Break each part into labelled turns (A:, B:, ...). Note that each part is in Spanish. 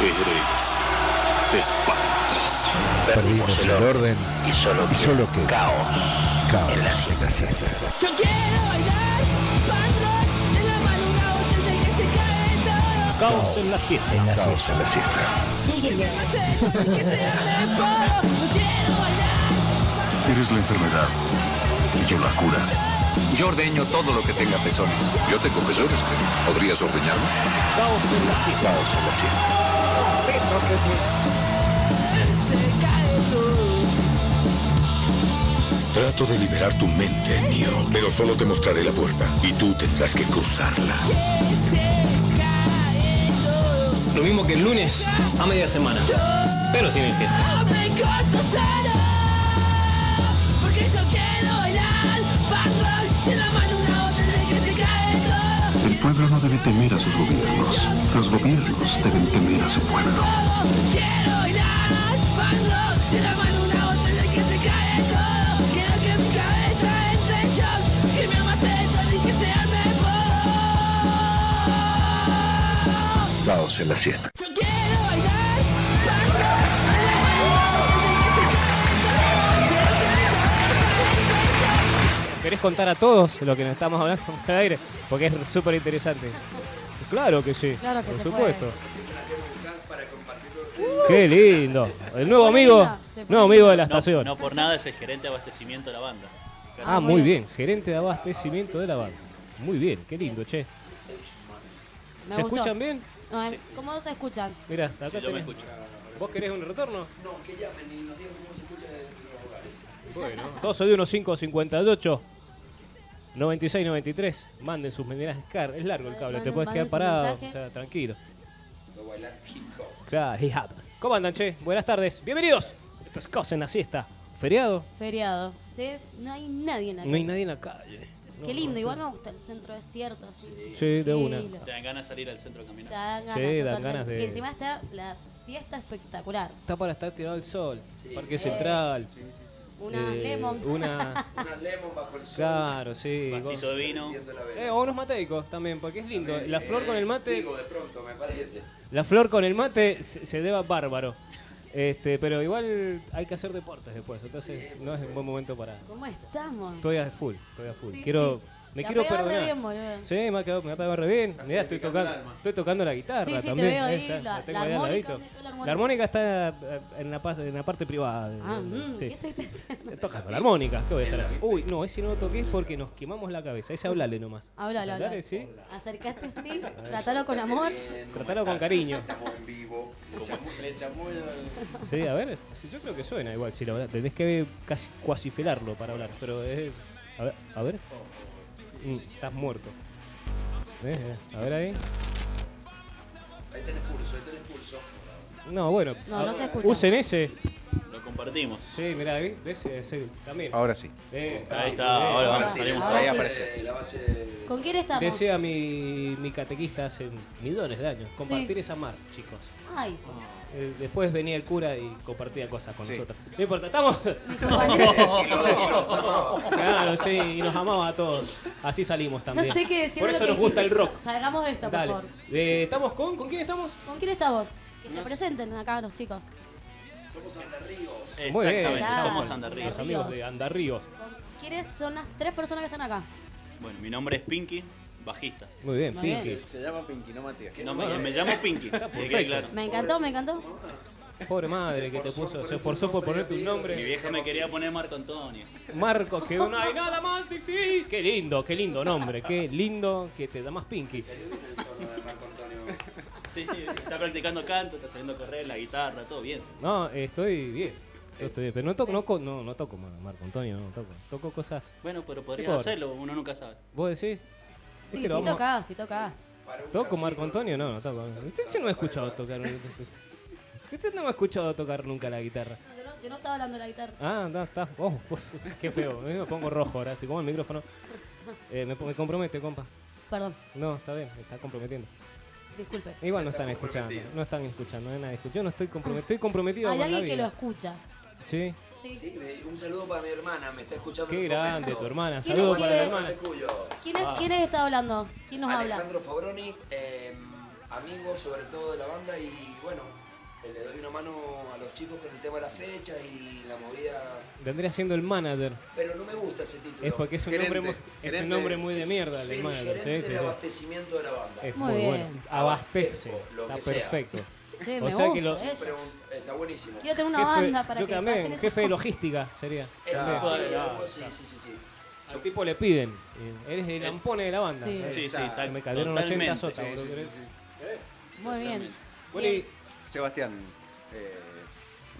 A: eres de espantas.
B: Perdimos el orden
C: y solo,
B: y solo
C: que
B: queda
C: caos,
B: caos.
C: en las iglesias.
D: Yo quiero bailar punk rock en la madrugada antes de que se cae todo.
A: Caos en la siesta.
C: En las siesta, en la siesta.
D: Que pase de todo y que se hable poco. Yo quiero bailar.
E: Eres la enfermedad y yo la cura.
F: Yo ordeño todo lo que tenga pezones.
E: Yo tengo pezones. ¿Podrías ordeñarme?
A: Caos en la siesta.
C: Caos en la siesta.
D: Se cae todo.
E: Trato de liberar tu mente, Neo, pero solo te mostraré la puerta y tú tendrás que cruzarla.
D: Se cae todo.
G: Lo mismo que el lunes a media semana. Pero sin el jefe.
D: No me corto cero. Porque yo quiero bailar punk rock en la madrugada antes de que se cae todo.
E: El pueblo no debe temer a sus gobiernos. Los gobiernos deben temer a su pueblo.
D: Todo. Oh, Quiero bailar punk rock en la madrugada antes de que se cae todo. Quiero que mi cabeza entre en shock, que mi alma se detone y que se arme fuego.
C: Caos en la siesta.
D: Yo quiero bailar punk rock en la madrugada
H: ¿Querés contar a todos lo que nos estamos hablando por el aire? Porque es súper interesante. Claro que sí.
I: Claro que
H: por
I: se
H: supuesto. Qué lindo. El nuevo amigo, nuevo amigo de la
J: No,
H: estación.
J: no por nada es el gerente de abastecimiento de la banda.
H: Ah, muy bien. Gerente de abastecimiento de la banda. Muy bien, qué lindo, che.
I: Me
H: ¿Se
I: gustó.
H: escuchan bien?
I: No, eh, ¿Cómo no se escuchan?
H: Mira, acá
J: Yo me
H: tenés.
J: escucho.
H: ¿Vos querés un retorno? No, que llamen y nos digan cómo se escucha de los hogares. Bueno, 12 de 1, 5, 58. 96, 93. Manden sus mensajes. car- Es largo el cable, te
I: Manden-
H: puedes quedar
I: manden sus
H: parado. O
I: mensajes.
H: sea, tranquilo. Claro, hip hop. ¿Cómo andan, che? Buenas tardes. Bienvenidos. Esto es Cosa en la Siesta. ¿Feriado?
I: Feriado. ¿Sí? No hay nadie en la
H: No hay
I: calle.
H: nadie en la calle. No,
I: Qué lindo,
H: no,
I: igual
H: no.
I: me gusta el centro desierto. Así.
H: Sí, de una.
I: Tranquilo.
J: Te dan ganas de salir al centro a caminar.
I: Da ganas,
H: Sí, dan
I: totalmente.
H: ganas de-
I: Y encima está la siesta espectacular.
H: Está para estar tirado el sol. Parque Central.
I: Una
H: eh,
I: lemon.
H: Una. Claro, sí.
J: Vasito de vino.
H: Eh, o unos mateicos también, porque es lindo. La flor
J: eh,
H: con el mate. La flor con el mate se, se deba bárbaro. Este, pero igual hay que hacer deportes después, entonces no
J: pues.
H: es un buen momento para.
I: ¿Cómo estamos?
H: Estoy a full, estoy a full.
I: Sí,
H: quiero,
I: sí.
H: me
I: La
H: quiero
I: pegaba re
H: perdonar.
I: bien, boludo.
H: sí, me ha quedado, me ha pegado re bien. Mirá, estoy tocando, estoy tocando la guitarra
I: Sí, sí, te
H: también.
I: veo ahí,
H: está,
I: la-
H: tengo
I: la
H: ahí al
I: armónica,
H: ladito.
I: ¿dónde está la armónica?
H: La armónica está eh, en la, pas- en la parte privada. de-
I: Ah,
H: de-
I: mm,
H: sí.
I: ¿qué te está haciendo?
H: Toca con la armónica, ¿qué voy a estar haciendo? Uy, no, ese no lo toqué porque nos quemamos la cabeza. Ese hablale nomás.
I: Hablale,
H: Hablale,
I: hablale.
H: sí.
I: Acercaste, sí. Tratalo con amor.
H: Tratalo con cariño. Sí, a ver, sí, yo creo que suena igual, si la verdad. Tenés que casi cuasifilarlo para hablar, pero es. A ver, a ver. Mm, estás muerto. ¿Ves? A ver ahí. Ahí tenés pulso, ahí tenés pulso. No, bueno.
I: No, no se
H: a-
I: escucha.
H: Usen ese.
J: Lo compartimos.
H: Sí, mirá, ahí. De ese, ese, también.
B: Ahora sí.
H: Eh,
J: Ahí está,
H: eh,
J: ahora
H: ahora
J: vamos,
H: sí.
J: salimos.
I: Ahora
F: Ahí
I: Ah, sí.
F: aparece.
I: ¿Con quién estamos?
H: Decía mi, mi catequista hace millones de años, compartir es amar, chicos.
I: Ay,
H: Eh, Después venía el cura y compartía cosas con nosotros. No importa, estamos.
I: mi compañero.
H: Claro, sí, y nos amaba a todos. Así salimos
I: No
H: también.
I: sé qué decir.
H: Por
I: de lo
H: eso
I: que
H: nos gusta el rock.
I: dijiste. Salgamos de esta,
H: Dale.
I: por favor.
H: Eh, ¿Estamos con? ¿Con quién estamos?
I: ¿Con quién estamos? Que se presenten acá los chicos.
H: Muy bien.
J: Exactamente,
I: Claro.
J: somos
H: Los
J: Andarríos.
H: amigos de Andarríos.
I: ¿Con quiénes son las tres personas que están acá?
J: Bueno, mi nombre es Pinky, bajista.
H: Muy bien,
I: Muy
H: Pinky.
I: bien.
J: No, me, me llamo Pinky. que quede
H: perfecto.
J: claro.
I: Me encantó, me encantó.
H: Pobre madre que te puso, se esforzó por ponerte un
J: Mi
H: nombre.
J: vieja me quería poner Marco Antonio.
H: Marcos, que no hay nada más difícil. Qué lindo, qué lindo nombre. Qué lindo que te llamas Pinky.
J: Sí, sí, está practicando canto, está saliendo a correr, la guitarra, todo bien.
H: No, eh, estoy bien. Yo estoy bien. Pero no toco, no, co- no, no toco Mar- Marco Antonio, no toco. Toco cosas.
J: Bueno, pero podrías
H: Por-
J: hacerlo, uno nunca sabe.
H: ¿Vos decís? Es
I: Sí,
H: que
I: sí
H: lo vamos a-
I: toca, sí toca.
H: ¿Toco Marco Antonio? No, no toco. Usted yo no me ha escuchado tocar. Usted no me ha escuchado tocar nunca la guitarra.
I: No, Yo no, yo no estaba hablando de la guitarra.
H: Ah, no, está. Oh, qué feo. Me pongo rojo ahora. Si como el micrófono. Eh, me, me compromete, compa.
I: Perdón,
H: No, está bien, me está comprometiendo.
I: disculpe.
H: Igual no están escuchando. No están escuchando, no hay nadie escuchando. Yo no estoy comprometido. Estoy comprometido con
I: Hay
H: la
I: alguien que lo
H: vida.
I: escucha.
H: Sí.
I: Sí.
F: Un saludo para mi hermana, me está escuchando. este
H: Qué grande, tu hermana.
I: ¿Quién
H: Saludos
I: es
H: para la
I: que-
H: hermana.
F: Cuyo.
I: ¿Quién, es- quién es que está hablando? ¿Quién nos habla?
F: Alejandro Fabroni, eh, amigos sobre todo de la banda y bueno, eh, le doy una mano a los chicos con el tema de la fecha y la movida.
H: Vendría siendo el manager.
F: Pero no me gusta ese título.
H: Es porque es un
F: Gerente,
H: nombre, mu- es
F: gerente,
H: un nombre muy de mierda,
F: soy
H: el
F: el
H: manager.
F: gerente
H: sí, sí,
F: del
H: sí.
F: abastecimiento de la banda.
H: Es
I: Muy
H: muy, bueno.
I: bien.
H: Abastece.
F: Lo
H: Está
F: que sea.
H: perfecto.
I: Sí,
H: O
I: me
H: sea que
I: gusta
H: los-
I: eso.
F: Pregun- Está buenísimo.
I: Quiero tener una
H: Jefe-
I: banda para
H: yo
I: que
H: también,
I: pasen esas
H: jefe de
I: cosas.
H: logística sería.
F: Eso,
H: Sí.
F: sí,
J: claro,
F: algo- sí, sí, sí, sí.
H: Al tipo le piden. eh, Eres el lampone de la banda.
I: Sí.
H: Eh,
J: Sí, sí,
F: Exacto.
J: tal-
H: Me cayeron 80
J: totalmente.
H: sotas, boludo.
I: Muy bien.
H: Bueno, y-
G: Sebastián, eh,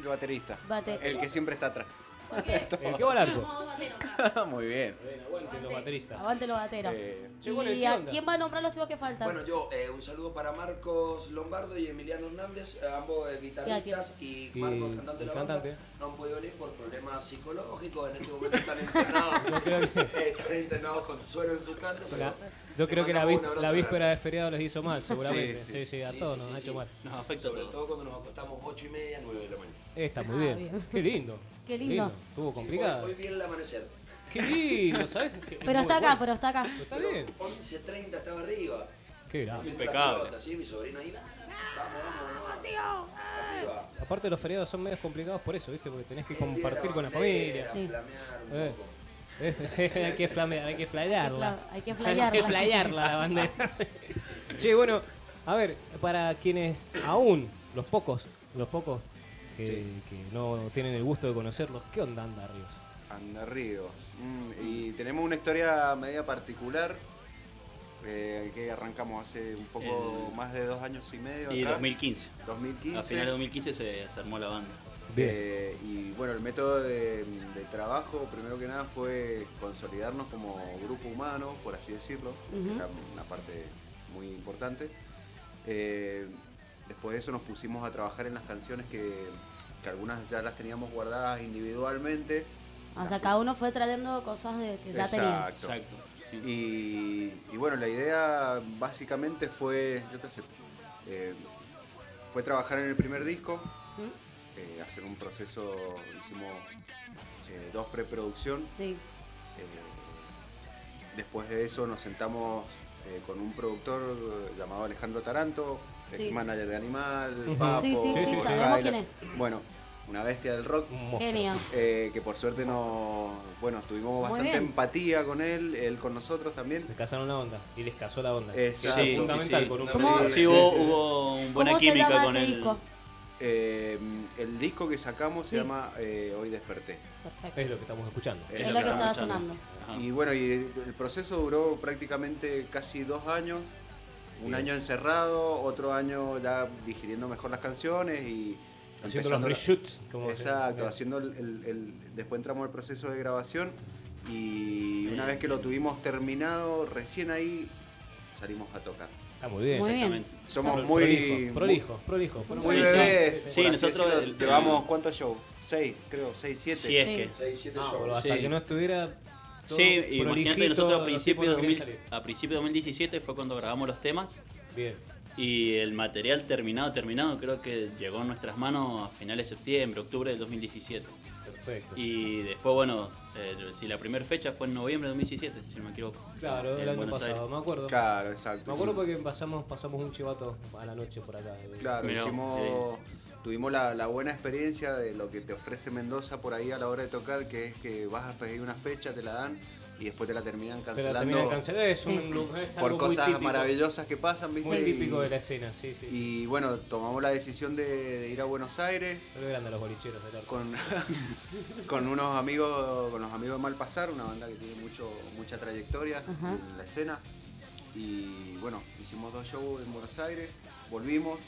G: el baterista.
I: Bate.
G: El que siempre está atrás. Ah,
I: ¿Por qué?
H: eh, ¿Qué va al arco?
I: No, batero.
G: Muy bien.
H: Aguante los bateristas.
I: Aguante los bateros.
G: Eh,
H: Che, bueno, ¿y
I: ¿Y
H: qué
I: a
H: onda?
I: quién va a nombrar los chicos que faltan?
F: Bueno, yo, eh, un saludo para Marcos Lombardo y Emiliano Hernández, eh, ambos eh, guitarristas y
H: Y
F: Marcos, cantante de la
H: el cantante.
F: banda. No han podido venir por problemas psicológicos, en este momento están internados,
H: creo que-
F: eh, están internados con suero en su casa. pero
H: La- yo
F: les
H: creo que la, vis-
F: mandamos un abrazo
H: la víspera
F: grande.
H: de feriado les hizo mal, seguramente. Sí, sí, a
F: Sí,
H: todos
F: sí,
H: nos
F: sí,
H: ha
F: sí.
H: hecho mal.
J: Nos afecta a
F: Sobre
J: todos.
F: todo cuando nos acostamos 8 y media, 9 de la mañana.
H: Está muy
I: Ah,
H: bien.
I: bien.
H: Qué lindo.
I: Qué lindo.
H: Estuvo
F: Hoy,
H: complicado.
F: hoy viene el amanecer.
H: Qué lindo, ¿sabes?
I: pero está acá, pero está acá.
H: pero... Está bien.
F: 11.30 estaba arriba.
H: Qué grande.
F: Viendo las
J: Impecable.
F: pelotas, ¿sí? Mi sobrino ahí. Vamos, vamos, vamos. Arriba.
H: Aparte los feriados son medios complicados por eso, ¿viste? Porque tenés que
F: El día de
H: compartir con la
F: bandera,
H: familia.
I: Sí.
F: flamear un
H: Eh.
F: poco.
H: hay que flamear, hay que flayarla.
I: Hay que
H: Hay que
I: flayarla.
H: flayarla la bandera. che, bueno, a ver, para quienes aún, los pocos, los pocos que, que no tienen el gusto de conocerlos, ¿qué onda anda Ríos?
G: Anda Ríos. Mm, y tenemos una historia media particular eh, que arrancamos hace un poco
J: El-
G: más de dos años y medio.
J: Y
G: atrás,
J: 2015. A
G: 2015.
J: finales de 2015 se, se armó la banda.
G: Eh, y bueno, el método de, de trabajo, primero que nada, fue consolidarnos como grupo humano, por así decirlo, que
I: Ujú.
G: era una parte muy importante. Eh, después de eso nos pusimos a trabajar en las canciones que, que algunas ya las teníamos guardadas individualmente.
I: O sea, cada uno fue trayendo cosas de, que ya tenía.
G: Exacto.
J: Exacto. Sí.
G: Y, y bueno, la idea básicamente fue, yo te acepto, eh, fue trabajar en el primer disco,
I: ¿Mm?
G: eh, hacer un proceso, hicimos eh, dos preproducción.
I: Sí.
G: eh, después de eso nos sentamos eh, con un productor eh, llamado Alejandro Taranto, ex
I: Sí.
G: manager de Animal,
H: Ujú.
G: Papo,
I: Sí, sí, sí,
H: sí,
I: sabemos
G: Skylar.
I: quién es.
G: Bueno, una bestia del rock.
H: Un monstruo.
I: Genio.
G: eh, que por suerte nos bueno tuvimos
I: Muy
G: bastante
I: bien.
G: empatía con él, él con nosotros también.
H: Les cazaron la onda y les cazó la onda.
G: Exacto.
H: Que es fundamental
J: Sí, sí.
H: con un
I: ¿Cómo?
H: proyecto.
J: Sí, hubo, hubo una buena
I: ¿Cómo se
J: química
I: llama
J: con
I: ese
J: el.
I: disco?
G: Eh, el disco que sacamos
I: Sí.
G: se llama eh, Hoy Desperté.
I: Perfecto.
H: Es lo que estamos escuchando.
G: Eh,
I: Es lo que estaba
J: escuchando.
I: sonando.
H: Ah.
J: Ajá.
G: Y bueno, y el proceso duró prácticamente casi dos años. Un año encerrado, otro año ya digiriendo mejor las canciones y
H: Haciendo los
G: la-
H: reshoots. como se-
G: Exacto, haciendo el, el- el- después entramos al proceso de grabación y una vez que lo tuvimos terminado, recién ahí salimos a tocar.
H: Está muy bien.
I: Muy bien.
J: Exactamente.
G: Somos
H: Pro-
G: muy
H: Prolijo, prolijo. prolijo.
G: Muy
J: Sí,
G: bebés.
J: sí.
G: por
J: Sí,
G: así
J: nosotros
G: decirlo.
J: el-
G: llevamos cuántos shows? Seis, creo, seis, siete.
J: Si es que.
F: Seis, siete
H: Ah,
F: shows.
H: boludo, hasta
J: Sí.
H: que no estuviera. todo
J: Sí, y imagínate que
H: prolijito,
J: nosotros a
H: los
J: principios,
H: tipos
J: de
H: no querían
J: 2000 a principios de 2017 fue cuando grabamos los temas
H: salir. Bien.
J: y el material terminado, terminado, creo que llegó a nuestras manos a finales de septiembre, octubre del 2017.
H: Perfecto.
J: Y después, bueno, eh, si la primera fecha fue en noviembre de 2017, si no me equivoco.
H: claro,
J: en
H: el año
J: Buenos
H: pasado,
J: Aires.
H: me acuerdo.
G: Claro, exacto.
H: Me acuerdo
G: Hicimos-
H: porque pasamos, pasamos un chivato a la noche por acá.
G: Claro,
J: Mirá,
G: hicimos, tuvimos la, la buena experiencia de lo que te ofrece Mendoza por ahí a la hora de tocar, que es que vas a pedir una fecha, te la dan y después te la terminan
H: Pero
G: cancelando
H: también cancelar es un lugar es
G: por
H: algo muy
G: cosas
H: típico,
G: maravillosas que pasan, ¿viste?
H: Muy
G: Y-
H: típico de la escena, sí, sí. sí.
G: Y bueno, tomamos la decisión de, de ir a Buenos Aires
H: Pero eran de los bolicheros del arco.
G: con, con unos amigos, con los amigos de Malpasar, una banda que tiene mucho, mucha trayectoria
I: Ajá.
G: en la escena. Y bueno, hicimos dos shows en Buenos Aires, volvimos,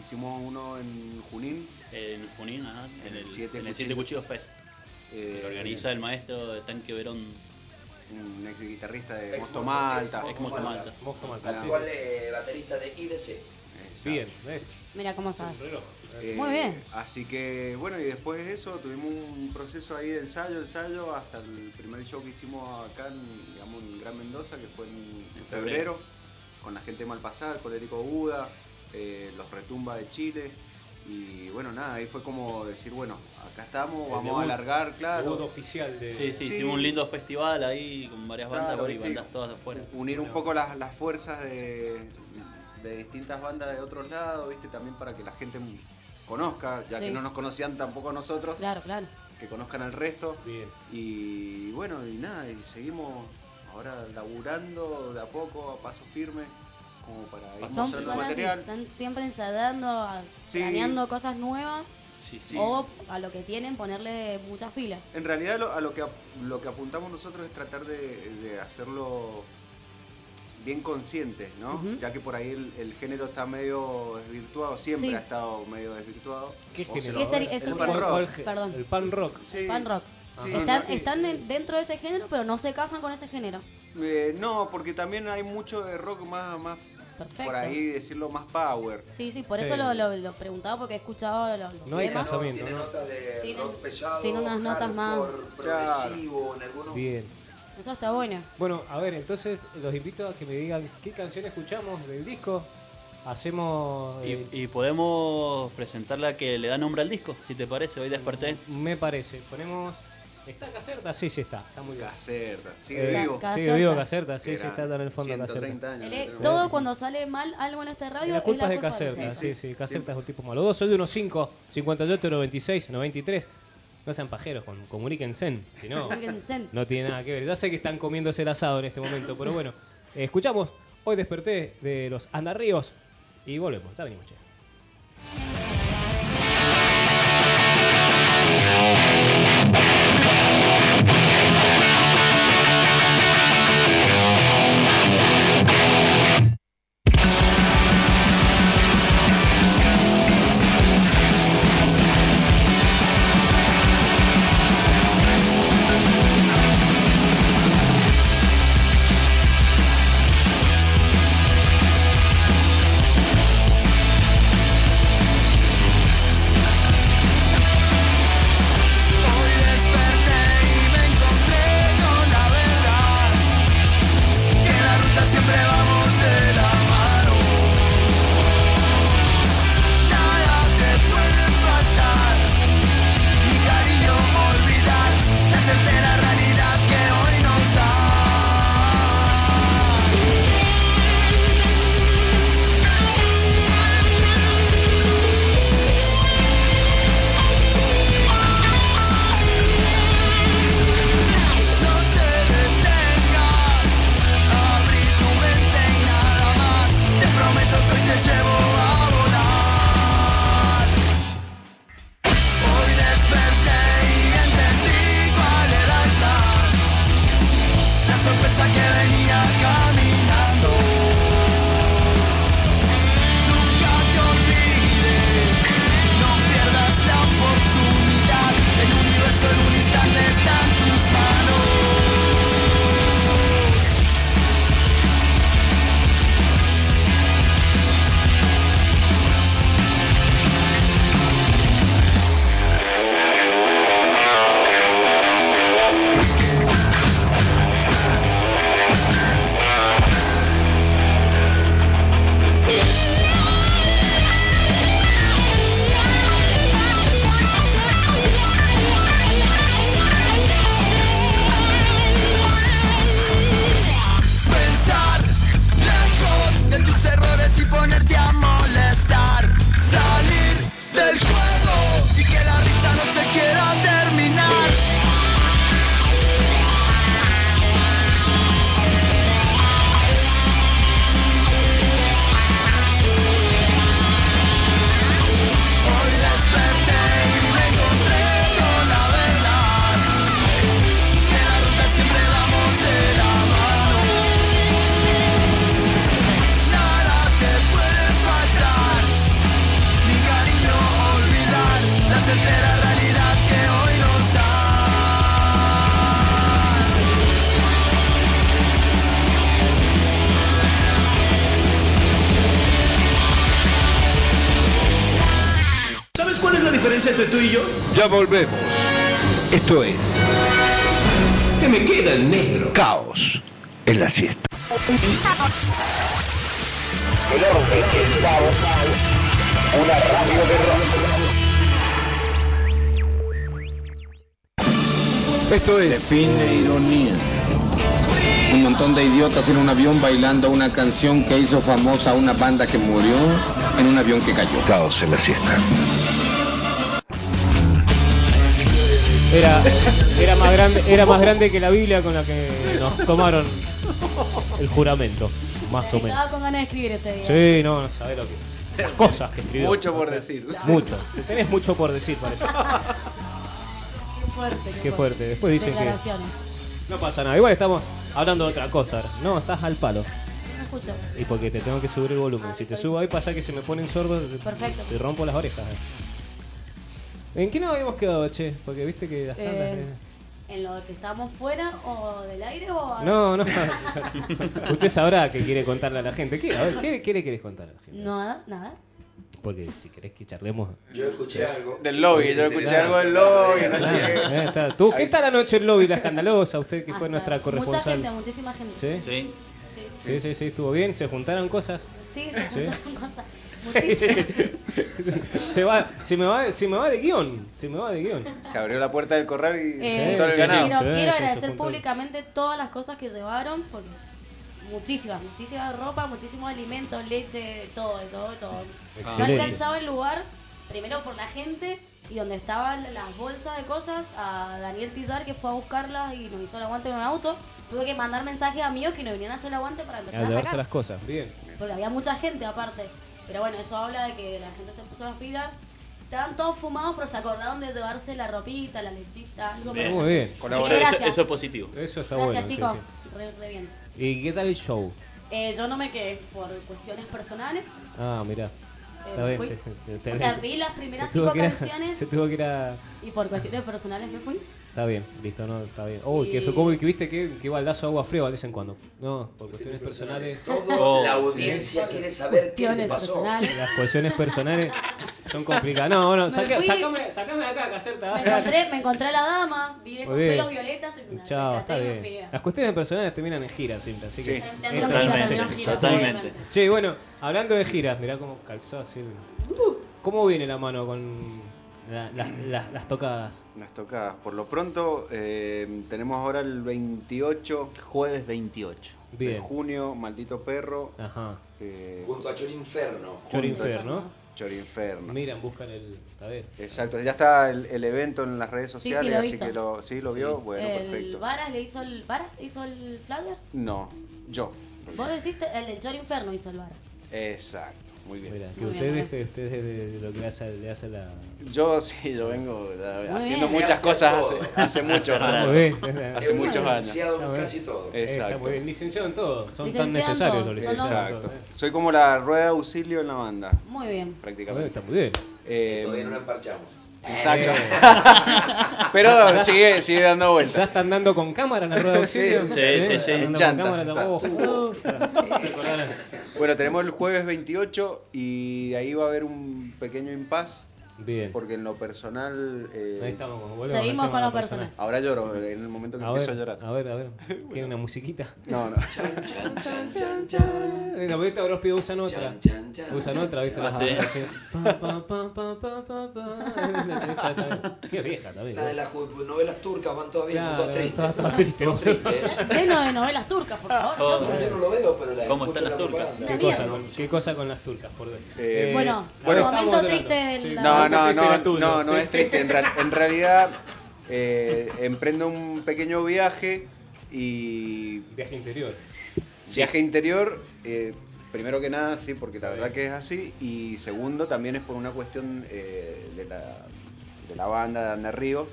G: hicimos uno en Junín,
J: En Junín, ajá, en el
G: Siete
J: en el Siete
G: Cuchillos.
J: Cuchillos Fest.
G: eh,
J: que lo organiza el maestro de Tanque Verón,
G: eh, un ex guitarrista de
F: Ex
G: Mosto
F: Mosto-
G: Malta.
F: ex
J: ex Mosto
F: Malta.
J: Malta.
H: Vos como
G: Ah,
F: Al
H: alcalde.
F: cual eh, baterista de IDC.
G: Exacto.
H: Bien, ¿ves?
I: Mira cómo sabe.
G: Eh,
I: Muy bien.
G: Así que bueno, y después de eso tuvimos un proceso ahí de ensayo, ensayo, hasta el primer show que hicimos acá en, digamos, en Gran Mendoza, que fue en, en febrero,
J: febrero.
G: con la gente de Malpasar, con Érico Buda, eh, los Retumba de Chile. Y bueno, nada, ahí fue como decir, bueno, acá estamos,
H: El
G: vamos
H: debut-
G: a alargar,
H: Debut
G: claro.
H: oficial de.
J: Sí, sí,
G: Sí.
J: hicimos un lindo festival ahí con varias bandas
G: Claro,
J: y
G: viste,
J: bandas todas de afuera.
G: Unir un poco las, las fuerzas de, de distintas bandas de otros lados, ¿viste? También para que la gente m- conozca, ya que
I: Sí.
G: no nos conocían tampoco a nosotros,
I: Claro, claro.
G: que conozcan al resto.
H: Bien.
G: Y bueno, y nada, y seguimos ahora laburando de a poco, a paso firme, como para ir
I: Son
G: mostrando
I: personas que
G: material.
I: están siempre ensayando, a-
G: Sí.
I: planeando cosas nuevas
J: Sí, sí.
I: o a lo que tienen ponerle muchas filas.
G: En realidad lo, a lo que, ap- lo que apuntamos nosotros es tratar de, de hacerlo bien consciente, ¿no?
I: Ujú.
G: Ya que por ahí el, el género está medio desvirtuado, siempre
I: Sí.
G: ha estado medio desvirtuado.
H: ¿Qué
G: O Oh, se
H: género?
G: lo-
I: ¿Qué sería eso?
G: El pan rock.
I: Perdón.
H: El pan rock.
G: Sí.
I: Pan rock.
G: Sí,
I: están
G: no, sí.
I: están en- dentro de ese género, pero no se casan con ese género.
G: Eh, no, porque también hay mucho de rock más, más
I: Perfecto.
G: por ahí decirlo, más power.
I: Sí, sí, por
H: Sí.
I: eso lo, lo, lo preguntaba porque he escuchado los, los
H: No hay
I: temas.
H: caso. casamiento,
F: Tiene
H: ¿no?
F: notas de
I: Tienen-
F: rock pesado,
I: tiene unas notas más-
F: hardcore,
G: Claro.
F: progresivo, en algunos
H: Bien.
I: Eso está bueno.
H: Bueno, a ver, entonces los invito a que me digan qué canción escuchamos del disco. Hacemos. eh,
J: Y, y podemos presentar la que le da nombre al disco, si te parece. Hoy desperté.
H: Me parece. Ponemos. ¿Está Caserta? Sí, sí está. Está muy bien.
G: Caserta, sigue
H: Eh,
G: vivo.
I: Ca-
H: Sí,
I: Caserta.
H: vivo Caserta. Sí,
G: Qué
H: sí,
G: grande.
H: está en el fondo Caserta.
G: 130 años.
I: Él es-
G: lo tenemos.
I: todo cuando sale mal algo en este radio
H: La culpa es
I: es
H: de Caserta.
I: Caserta.
H: Sí, sí, Caserta es un tipo malo. Dos, soy de unos 5, 58, 96, 93. No sean pajeros, con- comuníquense. Si no,
I: Comuníquense.
H: no tiene nada que ver. Ya sé que están comiéndose el asado en este momento, pero bueno. Eh, escuchamos. Hoy desperté de los Andarríos y volvemos. Ya venimos, che.
D: Hoy desperté y me encontré con la verdad Que en la ruta siempre vamos de la mano Nada te puede faltar Mi cariño olvidar La certera realidad que hoy nos da No te detengas, abrí tu mente y nada más. Te prometo que hoy te llevo a volar. Hoy desperté y entendí cuál era el plan. La sorpresa que venía caminando. Nunca te olvides, no pierdas la oportunidad. El universo en un instante está en tus manos. Pensar lejos de tus errores y ponerte a molestar. Salir del juego y que la risa no se quiera terminar. Hoy desperté y me encontré con la verdad. Que la ruta siempre vamos de la mano. Nada te puede faltar, ni cariño olvidar la certera realidad que hoy nos da.
A: ¿Sabes cuál es la diferencia entre tú y yo?
B: Ya volvemos. Esto es
A: Que me queda el negro.
B: Caos en la siesta.
A: Esto es. Define ironía.
D: Fui
K: Un montón de idiotas en un avión bailando una canción que hizo famosa a una banda que murió en un avión que cayó. Caos en la siesta.
H: Era, era, más grande, era más grande que la Biblia con la que nos tomaron el juramento, más o menos.
I: Estaba con ganas de escribir ese día.
H: Sí, no, no sabés lo que. Las cosas que escribió.
G: Mucho por decir.
H: Mucho. Tenés mucho por decir, parece.
I: Qué fuerte.
H: Qué fuerte. Después dicen que
I: Declaraciones.
H: no pasa nada. Igual estamos hablando de otra cosa. ahora. No, estás al palo.
I: No escucho.
H: Y porque te tengo que subir el volumen. Si te subo ahí pasa que se me ponen sordos. te-
I: Perfecto.
H: Te rompo las orejas. eh. ¿En qué nos habíamos quedado, che? Porque viste que las tandas...
I: Eh, ¿En lo que estamos fuera o del aire o.?
H: No, no. Usted sabrá qué quiere contarle a la gente. ¿Qué, a ver, ¿qué, qué le querés contar a la gente?
I: Nada, nada.
H: Porque si querés que charlemos.
F: Yo escuché algo.
G: Del lobby, yo escuché algo del lobby, no sé qué.
H: Ahí eh, está. ¿Tú qué tal anoche el lobby La Escandalosa? Usted que fue nuestra
I: Ah, Mucha
H: corresponsal.
I: gente, muchísima gente.
H: ¿Sí?
J: Sí.
H: Sí, sí, sí, estuvo bien. Se juntaron cosas.
I: Sí, se juntaron cosas. Muchísimas.
H: se, va, se, me va, se me va de guión. Se me va de guión.
I: Pues
G: Se abrió la puerta del corral y
I: Eh,
G: se juntó el
H: sí,
G: ganado.
I: quiero,
H: sí,
I: quiero
H: sí, se
I: agradecer
H: juntó el-
I: públicamente todas las cosas que llevaron, porque muchísimas, muchísima ropa, muchísimos alimentos, leche, todo, todo, todo. No
H: Excelente.
I: alcanzaba el lugar, primero por la gente y donde estaban las bolsas de cosas, a Daniel Tizar que fue a buscarlas y nos hizo el aguante en un auto. Tuve que mandar mensajes a amigos que nos vinieran a hacer el aguante para
H: Ah, A
I: empezar a
H: llevarse
I: sacar,
H: las cosas. Bien.
I: porque había mucha gente aparte. Pero bueno, eso habla de que la gente se puso las pilas. Estaban todos fumados, pero se acordaron de llevarse la ropita, la lechita, algo para-
H: Muy bien.
J: Eso, eso- eso es positivo.
H: Eso está
I: Gracias,
H: bueno.
I: chicos.
H: sí,
I: Re, re bien.
H: sí. ¿Y qué tal el show?
I: Eh, yo no me quedé por cuestiones personales. Eh,
H: Ah, mirá. Está
I: me
H: bien,
I: Eh, fui.
H: se- se-
I: O sea, vi las primeras
H: se tuvo
I: cinco
H: que ir a-
I: canciones.
H: Se tuvo que ir a.
I: Y por cuestiones personales me fui.
H: Está bien, listo, no, está bien. Uy,
I: Y-
H: que fue como que viste que, que baldazo de agua fría de vez en cuando. No, por cuestiones personales.
F: Todo la
H: Oh, sí.
F: audiencia quiere saber qué le
I: Cuestiones
F: pasó.
I: personales.
H: Las cuestiones personales son complicadas. No, no,
I: Me
H: saca-
I: fui.
H: sacame, sacame de acá, caserta.
I: Me encontré, me encontré a la dama, vi esos
H: bien.
I: pelos violetas y me
H: Chao,
I: rescaté
H: está
I: y me
H: bien.
I: fui a-
H: Las cuestiones personales terminan en giras siempre, así que.
I: Terminó en
H: Esta-
I: gira,
J: Totalmente,
I: terminó en gira,
J: totalmente.
I: obviamente.
H: Che, bueno, hablando de giras, mirá cómo calzó así.
I: Uh.
H: ¿Cómo viene la mano con la- las- las- las tocadas?
G: Las tocadas. Por lo pronto, eh, tenemos ahora el 28
J: Jueves 28.
G: de
H: Bien. Ah.
G: junio, Maldito Perro.
H: Ajá.
G: eh,
F: Junto a Chorinferno.
H: Chorinferno.
G: Chorinferno.
H: Miran, buscan el. A ver.
G: Exacto, ya está el, el evento en las redes
I: sí,
G: sociales,
I: lo he
G: así
I: visto.
G: que lo, sí lo vio, bueno,
I: el
G: perfecto.
I: Varas le hizo el. ¿Varas hizo el flagger?
G: No, yo.
I: Vos deciste, el del Chor Inferno hizo el Varas.
G: Exacto, muy bien.
H: Mira, que
I: Muy bien,
H: ustedes,
I: muy
H: que ustedes de- de lo que le hace, le hace la.
G: Yo sí, yo vengo eh,
I: Muy
G: haciendo
I: bien.
G: muchas
F: Hace
G: cosas
F: todo.
G: hace, hace mucho.
J: rato.
H: Muy bien.
G: Hace muchos años.
F: Licenciado en casi todo.
H: Eh, Está
G: Exacto.
H: muy bien, licenciado en todo. Son
I: Licenciado en
H: tan necesarios
I: todo,
H: los
I: son los-
H: licenciados. en
G: Exacto.
H: todo, eh.
G: Soy como la rueda de auxilio en la banda,
I: Muy bien.
H: Bueno,
G: prácticamente.
H: Está muy bien.
G: Eh,
F: Todavía no lo emparchamos.
G: exacto.
H: Eh.
G: Pero sigue, sigue dando
H: Ya
G: vueltas.
H: están dando con cámara en la rueda de auxilio.
J: sí, sí, sí.
H: Están dando con
G: Chanta.
H: cámara tampoco. Uh, se acordaron.
G: Bueno, tenemos el jueves 28 y de ahí va a haber un pequeño impas,
H: Bien.
G: porque en lo personal... eh,
H: Ahí estamos. como volvemos al
I: Seguimos
H: tema
I: con
H: de
I: los
H: la
I: personajes.
G: Ahora lloro, en el momento que
H: A
G: empiezo
H: ver,
G: a llorar.
H: a ver, a ver. ¿Quieren una musiquita?
G: No, no.
H: Eh, No, viste, ahora os pido usan otra. Usan otra, viste.
J: Ah,
H: Las
J: sí.
H: así. Pa, pa, pa, pa, pa, pa, pa. Esa también. Qué vieja también. ¿eh?
F: La de las ju- novelas turcas van todavía,
H: Claro,
F: son todas tristes.
H: todas- todas tristes.
F: Todas tristes.
I: Lleno de novelas turcas, por favor.
J: Oh.
I: loco.
F: No, yo no lo veo, pero la
J: ¿Cómo están
F: escucho en
J: las turcas?
F: propaganda.
I: Una
H: ¿Qué
I: mierda.
H: cosa, con, qué cosa con las turcas, por Dios.
G: Eh,
I: bueno,
G: bueno,
I: momento
H: estamos
I: triste
H: llorando.
I: del-
G: No, no,
H: Momento triste
G: no,
H: era tuyo,
G: no, no
H: sí.
G: es triste. En, real- en realidad, eh, emprendo un pequeño viaje y
H: Viaje interior.
G: viaje interior, eh, primero que nada, sí, porque la verdad que es así. Y segundo, también es por una cuestión eh, de, la, de la banda de Anda Ríos.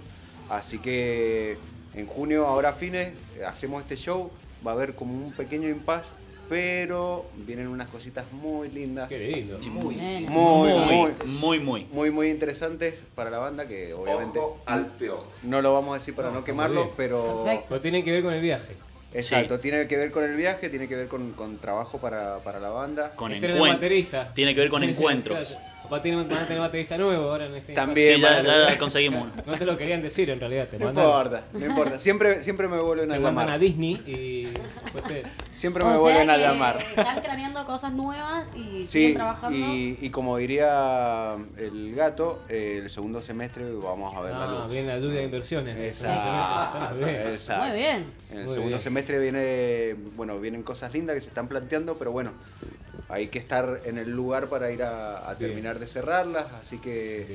G: Así que en junio, ahora a fines, eh, hacemos este show. Va a haber como un pequeño impasse, pero vienen unas cositas muy lindas.
H: Qué lindo.
F: Muy.
I: Bueno.
G: Muy, muy,
J: muy, muy.
G: muy, muy interesantes para la banda que obviamente
F: Ojo al peor.
G: no lo vamos a decir para
H: No,
G: no,
H: está muy
G: quemarlo,
H: bien.
G: pero
I: Perfecto.
H: No tiene que ver con el viaje.
G: exacto, tiene que ver con el viaje, tiene que ver con, con trabajo para, para la banda.
J: Con
H: Este era el
J: encuentro.
H: baterista.
J: Tiene que ver con
H: Sí, sí,
J: encuentros.
H: claro. Va a tener, van a tener baterista nuevo ahora en este
G: También Sí, ya- van a- ya
J: conseguimos
H: No te lo querían decir en realidad. Te
G: No
H: mandaron-
G: importa, no importa. Siempre, siempre me vuelven a
H: Te mandan
G: llamar.
H: a Disney y después te-
G: Siempre
I: O
G: me
I: sea
G: vuelven a
I: que
G: llamar.
I: Están craneando cosas nuevas y siguen
G: Sí,
I: trabajando.
G: y, y como diría el gato, eh, el segundo semestre vamos a ver la
H: Ah,
G: luz.
H: viene la ayuda de inversiones.
G: Exacto.
H: Muy bien.
G: exacto.
I: Muy bien.
G: En el
H: Muy
G: segundo
H: bien.
G: semestre viene, bueno, vienen cosas lindas que se están planteando, pero bueno, hay que estar en el lugar para ir a, a
H: Bien.
G: terminar de cerrarlas, así que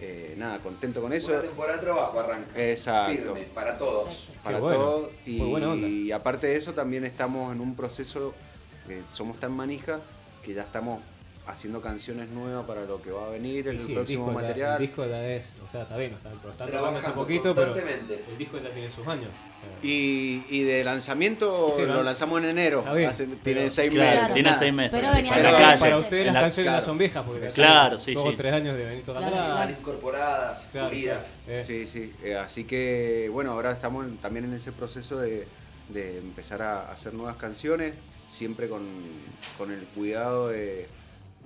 G: eh, nada, contento con eso.
F: Una temporada de trabajo arranca.
G: Exacto.
F: Firme, para todos.
G: Para
H: Qué bueno.
G: todos. Y,
H: Muy buena onda.
G: y aparte de eso, también estamos en un proceso, eh, somos tan manija que ya estamos haciendo canciones nuevas para lo que va a venir,
H: Sí,
G: el
H: sí, el
G: próximo
H: disco ya-
G: material.
H: el disco ya es, o sea, está bien, está, lo están trabajando hace
F: Trabajando
H: poquito, pero
F: constantemente.
H: el disco ya tiene sus años. o sea,
G: Y, y de lanzamiento
H: Sí,
G: lo
H: lo-
G: lanzamos en enero.
H: Está bien.
G: Hace-
H: Pero-
G: tiene seis
J: Claro,
G: meses.
J: tiene
G: nada.
J: seis meses.
I: Pero venía
J: en
G: Pero
J: la
G: para
J: calle.
H: Para ustedes
G: en
H: las
G: la-
H: canciones ya
G: claro.
H: son viejas, porque ya
J: Claro,
H: tienen
J: sí,
H: dos o
J: sí.
H: tres años de venir tocando.
I: Claro,
H: acá.
F: Mal incorporadas,
H: Claro,
F: pulidas.
H: claro. Eh,
G: Sí, sí. Eh, así que, bueno, ahora estamos en- también en ese proceso de, de empezar a hacer nuevas canciones, siempre con, con el cuidado de,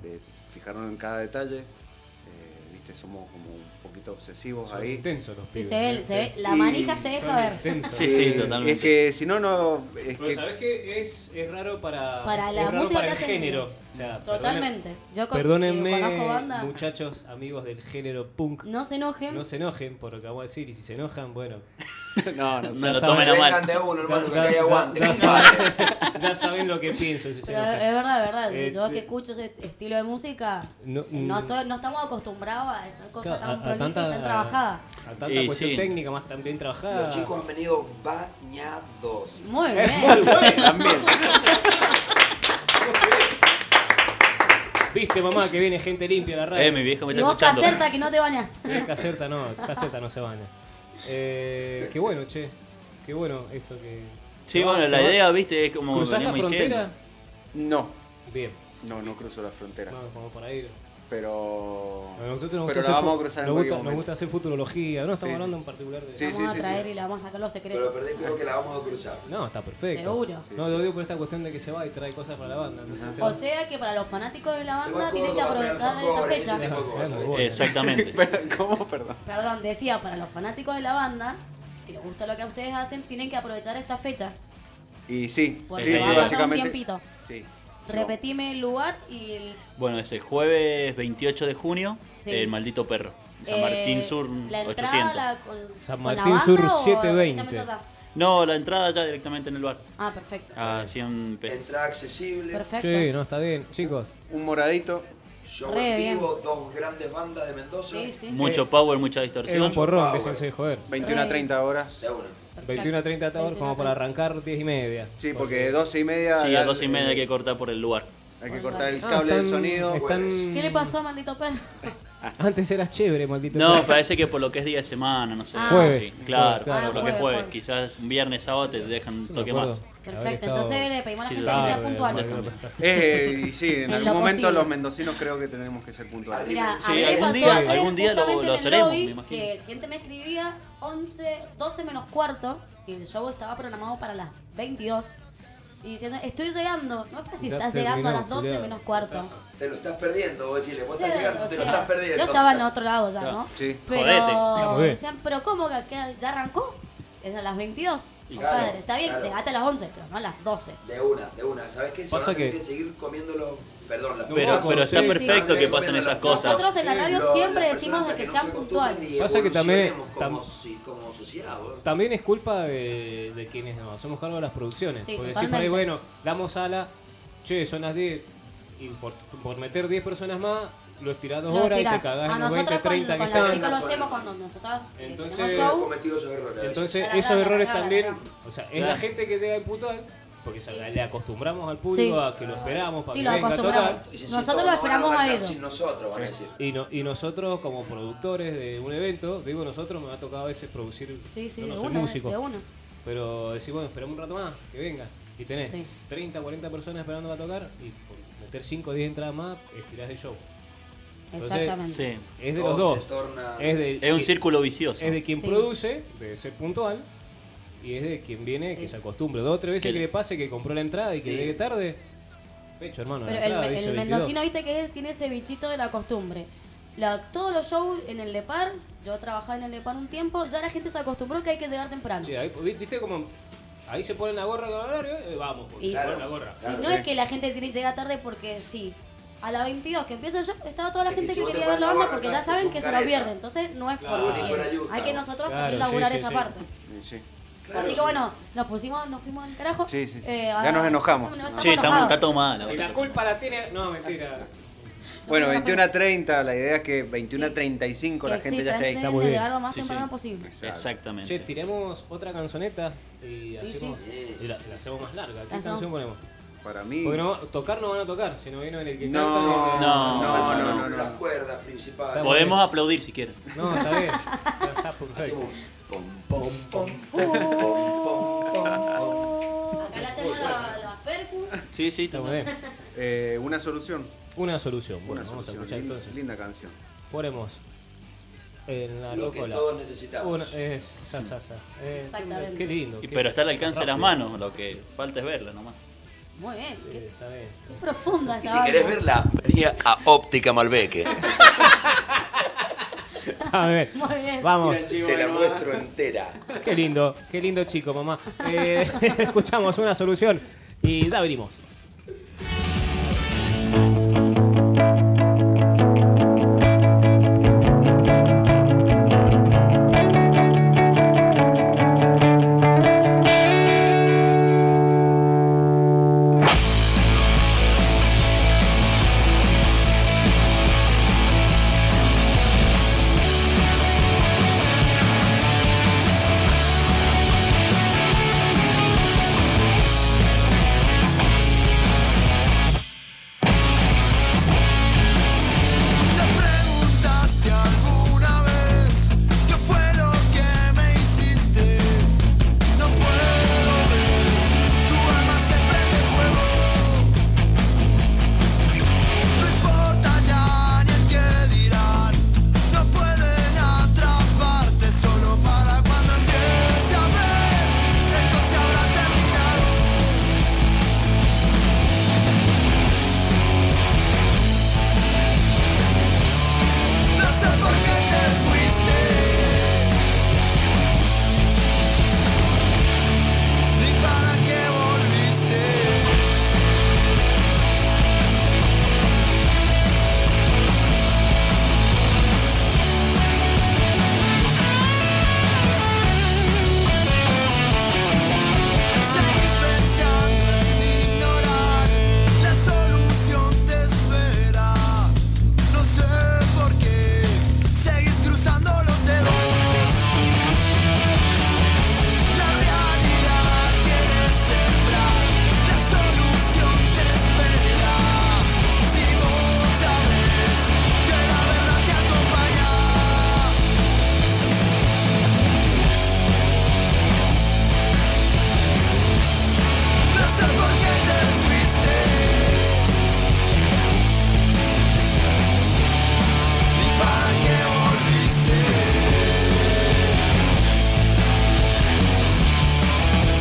G: de fijarnos en cada detalle. Eh, Viste, somos como un poquito obsesivos
H: son
G: ahí.
H: intensos los
I: Sí,
H: pibes,
I: se ve,
H: ¿eh?
I: se ve. La
G: Y-
I: manija se deja
H: Son
I: ver.
H: intensos.
J: Sí, sí,
G: Eh,
J: totalmente.
G: Es que si no, no. Es
H: Pero
G: que,
H: sabes que es, es raro para,
I: Para la
H: es raro
I: música
H: para
I: que
H: el
I: hacen-
H: género. O sea,
I: Totalmente. Yo con-
H: Perdónenme,
I: que
H: perdónenme,
I: conozco banda.
H: muchachos, amigos del género punk.
I: No se enojen.
H: No se enojen por lo que vamos a decir y si se enojan, bueno.
G: no, no.
J: No lo
H: Ya
J: tomen a
H: saben.
J: mal.
F: Vengan de a uno, hermano, que
H: Ya-
F: acá hay
H: ya-
F: aguante,
H: ya
F: compadre.
H: saben- ya saben lo que pienso y si se
I: Pero es
H: enojan.
I: es verdad, es verdad.
H: Eh,
I: yo
H: te-
I: que escucho ese estilo de música,
H: No,
I: eh, no,
H: mm,
I: estoy- no estamos acostumbrados a esa cosa
H: claro,
I: tan prolija y tan trabajada.
H: a tanta
J: Y
H: cuestión
J: sí.
H: técnica más también trabajada.
F: Los chicos han venido bañados.
I: Muy
H: Es muy
I: bien.
H: bueno.
G: También.
H: Viste, mamá, que viene gente limpia a la radio.
J: Eh, mi viejo me
I: Y
J: está
I: vos
J: escuchando.
I: caserta que no te bañas.
H: Eh, Caserta no, Caserta no se baña. Eh, qué bueno, che. Qué bueno esto que.
J: Sí,
H: que va-
J: bueno, la
H: que va-
J: idea, viste, es como
H: ¿Cruzás la
J: venimos
H: frontera?
J: diciendo.
G: No,
H: Bien.
G: no, no cruzo la frontera.
H: Vamos, vamos para ir.
G: Pero.
H: A nosotros nos gusta
G: pero la
H: hacer
G: vamos a
H: fu-
G: cruzar en
H: nos gusta,
G: cualquier
H: nos
G: momento.
H: gusta hacer futurología, ¿no? Estamos
G: Sí.
H: hablando en particular de.
G: Sí,
I: vamos
G: sí,
I: a
G: sí,
I: traer
G: sí.
I: y le vamos a sacar los secretos.
F: Pero perdés, creo que la vamos a cruzar.
H: No, está perfecto.
I: Seguro.
H: No, lo digo por esta cuestión de que se va y trae cosas para la banda. entonces te-
I: O sea que para los fanáticos de la
F: Se va
I: banda
F: a
I: tienen que
F: Córdoba, trae
I: aprovechar esta
F: alfajores,
I: fecha.
F: ese tipo de cosas,
H: Es muy
F: ¿viste?
H: bueno.
J: Exactamente.
G: ¿Cómo? Perdón.
I: Perdón, decía, para los fanáticos de la banda, que les gusta lo que ustedes hacen, tienen que aprovechar esta fecha.
G: Y sí,
I: Porque
G: sí,
I: va
G: sí,
I: a pasar
G: básicamente.
I: un tiempito.
G: Sí. No.
I: Repetime el lugar y el...
J: Bueno, es el jueves 28 de junio,
I: Sí.
J: el maldito perro. San Martín
I: eh,
J: Sur
I: la
J: 800.
I: entrada, la- con,
H: San
I: con la
H: Martín Sur
I: banda o
H: 720.
I: directamente allá?
J: No, la entrada ya directamente en el bar.
I: Ah, perfecto.
J: A 100 pesos.
F: Entrada accesible,
I: Perfecto.
H: Sí, no, está bien. Chicos,
G: Un moradito.
F: show
I: Re
F: en
I: bien.
F: vivo, dos grandes bandas de Mendoza.
I: Sí, sí.
H: Eh,
J: Mucho power, mucha
H: es un
J: distorsión.
H: porrón,
F: Power.
H: déjense de joder.
G: 21 a 30 horas.
F: De a uno.
I: Perfecto.
H: 21 a 30 horas como para
I: 21.
H: arrancar 10 y media.
G: Sí, porque 12 y media.
J: Sí,
G: ya-
J: a 12 y
H: eh,
J: media hay que cortar por el lugar.
G: Hay que cortar el
H: Ah,
G: cable del
H: están-
G: sonido.
H: están-
I: ¿Qué le pasó, maldito perro?
H: Antes eras chévere, maldito.
J: No,
H: perro.
J: parece que por lo que es día de semana, no sé.
I: Ah.
H: Jueves.
J: Sí, claro,
H: Claro,
J: por
I: claro.
J: lo que
I: Ah,
J: es
I: jueves,
J: jueves. Quizás un viernes, sábado te dejan un
H: Yo me
J: toque
H: acuerdo
J: más.
H: haber
I: Perfecto,
H: estado
I: entonces le pedimos a la
J: Sí,
I: gente que
H: tarde,
I: sea puntual.
H: madrugada.
G: Eh, y sí, en,
I: En lo
G: algún momento
I: posible.
G: los mendocinos creo que tenemos que ser puntuales.
I: Mira,
J: Sí,
I: a mí me
J: algún
I: pasó
J: día-
I: ayer
J: algún día lo-
I: justamente
J: lo
I: en el
J: haremos,
I: lobby,
J: me imagino.
I: Que gente me escribía 11, 12 menos cuarto, y el show estaba programado para las 22. Y diciendo, estoy llegando. No sé si
H: Ya
I: estás llegando a
H: terminó,
I: las 12
H: culiao.
I: menos cuarto.
F: Te lo estás perdiendo, vos decirle, vos
I: Sí,
F: estás llegando,
I: o
F: te lo
I: sea,
F: estás perdiendo.
I: Yo estaba en otro lado ya, ¿no?
G: Sí.
I: Pero
H: Jodete.
I: decían, pero ¿cómo que que ya arrancó? Es a las 22.
J: Y
I: Compadre,
F: claro,
I: está bien,
F: claro.
I: llegaste a las 11, pero no a las 12.
F: De una, de una. ¿Sabés qué? Se van
H: Pasa
F: a tener
H: que-
F: que seguir comiendo los... Perdón, las
J: Pero,
H: No,
J: pero
H: sí,
J: está
I: sí.
J: perfecto que
F: Nosotros
J: pasen esas cosas.
I: Nosotros en la radio
F: Lo-
I: siempre
F: las
I: decimos de
F: personas
I: que
F: no
I: sean
F: se
I: puntuales.
F: acostumbran y
H: Pasa que también-
F: evolucionemos como,
H: tam-
F: si- como sociedad, vos.
H: También es culpa de, de quienes nos hacemos cargo de las producciones.
I: Sí,
H: porque decís
I: totalmente.
H: por ahí, bueno, damos ala, che, son las 10, y por, por meter 10 personas más, lo estirás dos
I: Lo
H: horas y
I: tirás.
H: te cagás
I: a
H: en los 20,
I: nosotros con,
H: 30 que
I: con las chicas
H: están.
I: lo hacemos cuando nosotros eh,
H: Entonces-
I: tenemos
F: He
I: show.
F: cometido esos errores.
H: Entonces,
I: Claro,
H: esos
I: claro,
H: errores
I: claro,
H: también,
I: claro.
H: o sea, es la gente que llega a imputar, porque se- le acostumbramos al público
I: Sí.
H: a que lo esperamos para
I: Sí,
H: que
I: lo
H: venga
I: acostumbramos.
H: total.
F: Y si
I: Nosotros
F: siento,
I: lo
F: no
I: esperamos
F: van
I: a
F: arrancar
I: ellos.
F: Sin nosotros, van a decir.
H: Y, no, y nosotros como productores de un evento, digo nosotros, me ha tocado a veces producir,
I: Sí, sí,
H: yo no
I: de
H: soy
I: una,
H: músico,
I: de una.
H: pero decís, bueno, esperamos un rato más, que venga. Y tenés
I: Sí.
H: 30, 40 personas esperando para tocar y por meter 5 o 10 entradas más, estirás el show. Entonces,
I: Exactamente.
J: Sí.
H: Es de
F: Todo
H: los dos.
F: se torna-
H: Es, de,
J: Es un círculo vicioso.
H: es de quien
I: Sí.
H: produce, de ser puntual, y es de quien viene, que
I: Sí.
H: se acostumbra. Dos o tres veces
J: Que-
H: que le pase que compró la entrada y que
F: Sí.
H: llegue tarde, Fecho, hermano.
I: Pero
H: la
I: el,
H: clave,
I: el
H: dice 22.
I: mendocino, viste que es- tiene ese bichito de la costumbre. La- todos los shows en el Lepar, yo trabajaba en el Lepar un tiempo, ya la gente se acostumbró que hay que llegar temprano.
H: Sí, ahí, vi- viste como. Ahí se ponen la gorra con el horario y vamos, porque
I: Y-
H: se ponen la gorra.
I: Y no es que la gente tiene llega tarde porque sí. A la 22 que empiezo yo, estaba toda la gente
H: si
I: que
H: vos te
I: quería
H: pones
I: ver la
H: la
I: banda
H: gorra,
I: porque
H: claro,
I: ya saben
H: sos
I: que
H: un
I: se lo
H: careta.
I: pierden. Entonces no es
H: Claro.
I: por
H: Único en ayuda.
I: Hay que nosotros
H: Claro,
I: laburar
H: sí, sí,
I: esa
H: sí.
I: parte.
G: Y sí.
I: Así que bueno, nos pusimos, nos fuimos al carajo.
G: Sí, sí, sí.
I: Eh,
G: Ya
I: ahora-
G: nos enojamos.
I: No,
J: Che, estamos,
I: enojados.
J: está tomada la
H: Y
J: boca.
H: la culpa la tiene. No, mentira.
G: Bueno, 21 a 30, la idea es que 21 a 35 la
I: Que
G: gente
I: sí,
G: ya esté ahí.
I: traten de llegar lo más temprano posible.
J: Exactamente.
H: Che, tiremos otra canzoneta y hacemos.
I: sí.
H: y la, la hacemos más larga. ¿Qué
I: La hacemos-
H: canción ponemos?
G: Para mí.
H: Porque no, tocar no van a tocar, sino vino en el que
G: No,
H: canta, en el que-
J: no, no, no, no, no.
F: Las cuerdas principales.
J: Podemos aplaudir si quieren.
H: No, está bien. Ya está perfecto.
I: Oh. Acá le hacemos la- las percus.
J: Sí, sí,
H: Está muy bien.
G: Eh, una solución.
H: Una solución. Bueno,
G: Una
H: vamos a
G: solución.
H: escuchar
G: Linda,
H: entonces.
G: linda canción.
H: Ponemos. En la
F: Lo que
H: locola.
F: todos necesitamos.
H: Una- es- ya, ya, ya. Eh,
I: Exactamente.
H: Qué lindo.
J: Y-
H: qué-
J: Pero está al alcance de las
H: rápido.
J: manos, lo que falta es verla nomás.
I: Muy bien. Qué,
H: Está bien.
I: qué profunda
F: Y
I: esta
F: si querés
I: banda.
F: verla, venía a Óptica Malbeque.
H: A ver,
I: Muy bien.
H: Ah, Vamos.
F: Te la muestro entera.
H: Qué lindo, qué lindo chico, mamá. Eh, escuchamos una solución y ya venimos.
D: ¿Preguntaste alguna vez qué fue lo que me hiciste? No puedo ver, tu alma se prende fuego. No importa ya ni el que dirán, no pueden atraparte solo para cuando empiece a ver. Esto se habrá terminado. No sé por qué te fuiste Ni para qué volviste Seguí pensando en ignorar La solución te espera no sé por qué seguís cruzando los dedos. La realidad quieres sembrar, la solución te espera. Si vos sabes que la verdad te acompaña. No sé por qué te fuiste. Para que volviste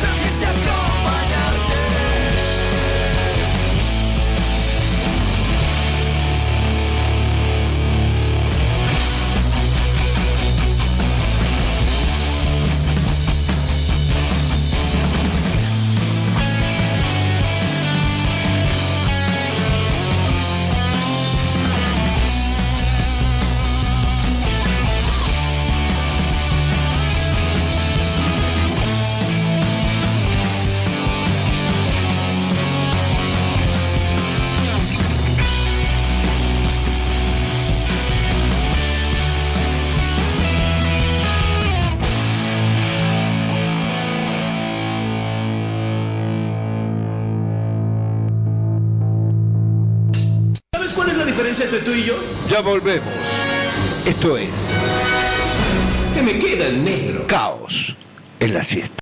D: Yo quise acompañarte
A: ¿Sabes cuál es la diferencia entre tú y yo?
B: Ya volvemos. Esto es
A: Que me queda el negro.
B: Caos en la siesta.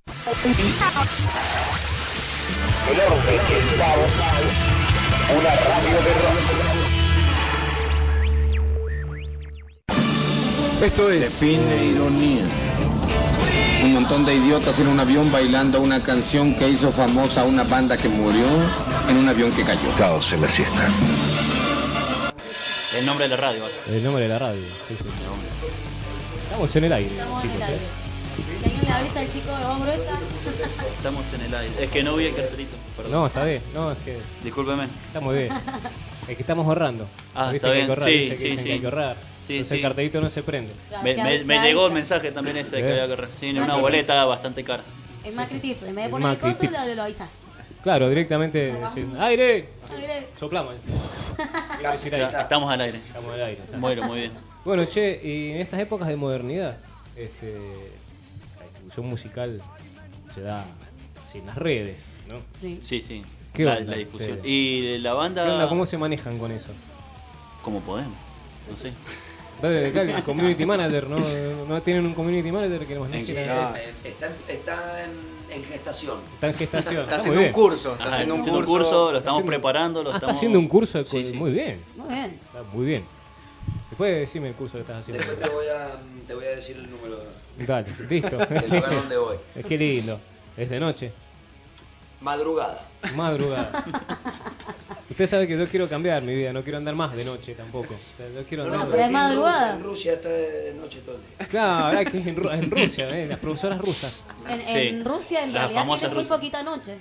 K: Esto es. Define ironía. Un montón de idiotas en un avión bailando una canción que hizo famosa a una banda que murió, en un avión que cayó.
C: Caos en la siesta.
J: El nombre de la radio, vale.
H: El nombre de la radio. sí, sí. Estamos en el aire,
I: Estamos en
H: chicos. ¿eh?
I: el aire. Si alguien le avisa al chico de voz gruesa,
J: Estamos en el aire. Es que no vi el cartelito, perdón.
H: No, está bien. No, es que
J: Discúlpeme.
H: está muy bien. Es que estamos ahorrando.
J: Ah,
H: Viste
J: está
H: que Hay
J: bien.
H: que ahorrar, dicen
J: Sí,
H: que
J: sí,
H: dicen que
J: sí.
H: hay que ahorrar.
J: Sí,
H: Entonces el
J: sí.
H: cartelito no se prende.
J: Me,
I: Se
J: me-
I: avisa,
J: me llegó el
I: avisa.
J: mensaje también ese de
H: Bien.
J: que había que correr. Sí,
I: Ah,
J: una
I: qué
J: boleta bastante cara.
I: es Macri Tip. En vez de
H: Es
I: poner el
H: Macri
I: coso,
H: Tips.
I: lo, lo avisas.
H: Claro, directamente decir, ¡aire!
I: Aire.
H: Soplamos.
J: Casi,
H: Tirar.
J: ya, estamos al aire.
H: Estamos al aire.
J: Bueno, muy bien.
H: Bueno, che, y en estas épocas de modernidad, este, la distribución musical se da sin las redes, ¿no?
I: Sí.
J: Sí, sí.
H: ¿Qué
J: la,
H: onda
J: la difusión.
H: ustedes?
J: Y de la
H: ¿Qué
J: banda.
H: onda? ¿Cómo se manejan con eso?
J: Como podemos. No sé.
H: Dale, acá el community manager, ¿no? ¿No tienen un community manager que nos
F: Sí,
H: nace la-
F: eh, Está, está en, en gestación.
H: Está en gestación.
G: Está
H: muy
G: haciendo un
H: bien.
G: curso, está
J: Ajá,
G: haciendo un curso.
J: lo estamos
H: haciendo-
J: preparando, lo
H: Ah, está
J: estamos-
H: haciendo un curso de
J: Sí, sí.
H: Muy bien,
I: Muy bien.
H: está muy bien. Después decime el curso que estás haciendo.
F: Después te voy a, te voy a decir el número
H: Dale, listo.
F: del lugar donde voy.
H: Es que lindo. Es de noche,
F: Madrugada.
H: madrugada. Usted sabe que yo quiero cambiar mi vida, no quiero andar más de noche tampoco. O sea, yo quiero
F: No,
H: andar.
F: no,
I: pero
F: pero
I: es
F: aquí en
I: madrugada.
F: Rusia, en Rusia está de noche todo el día.
H: Claro, ahora que es en, Ru- en Rusia, ¿eh? las profesoras rusas.
I: En,
J: Sí.
I: en Rusia, en
J: La
I: realidad,
J: famosa
I: tiene muy
J: Rusia.
I: poquita noche.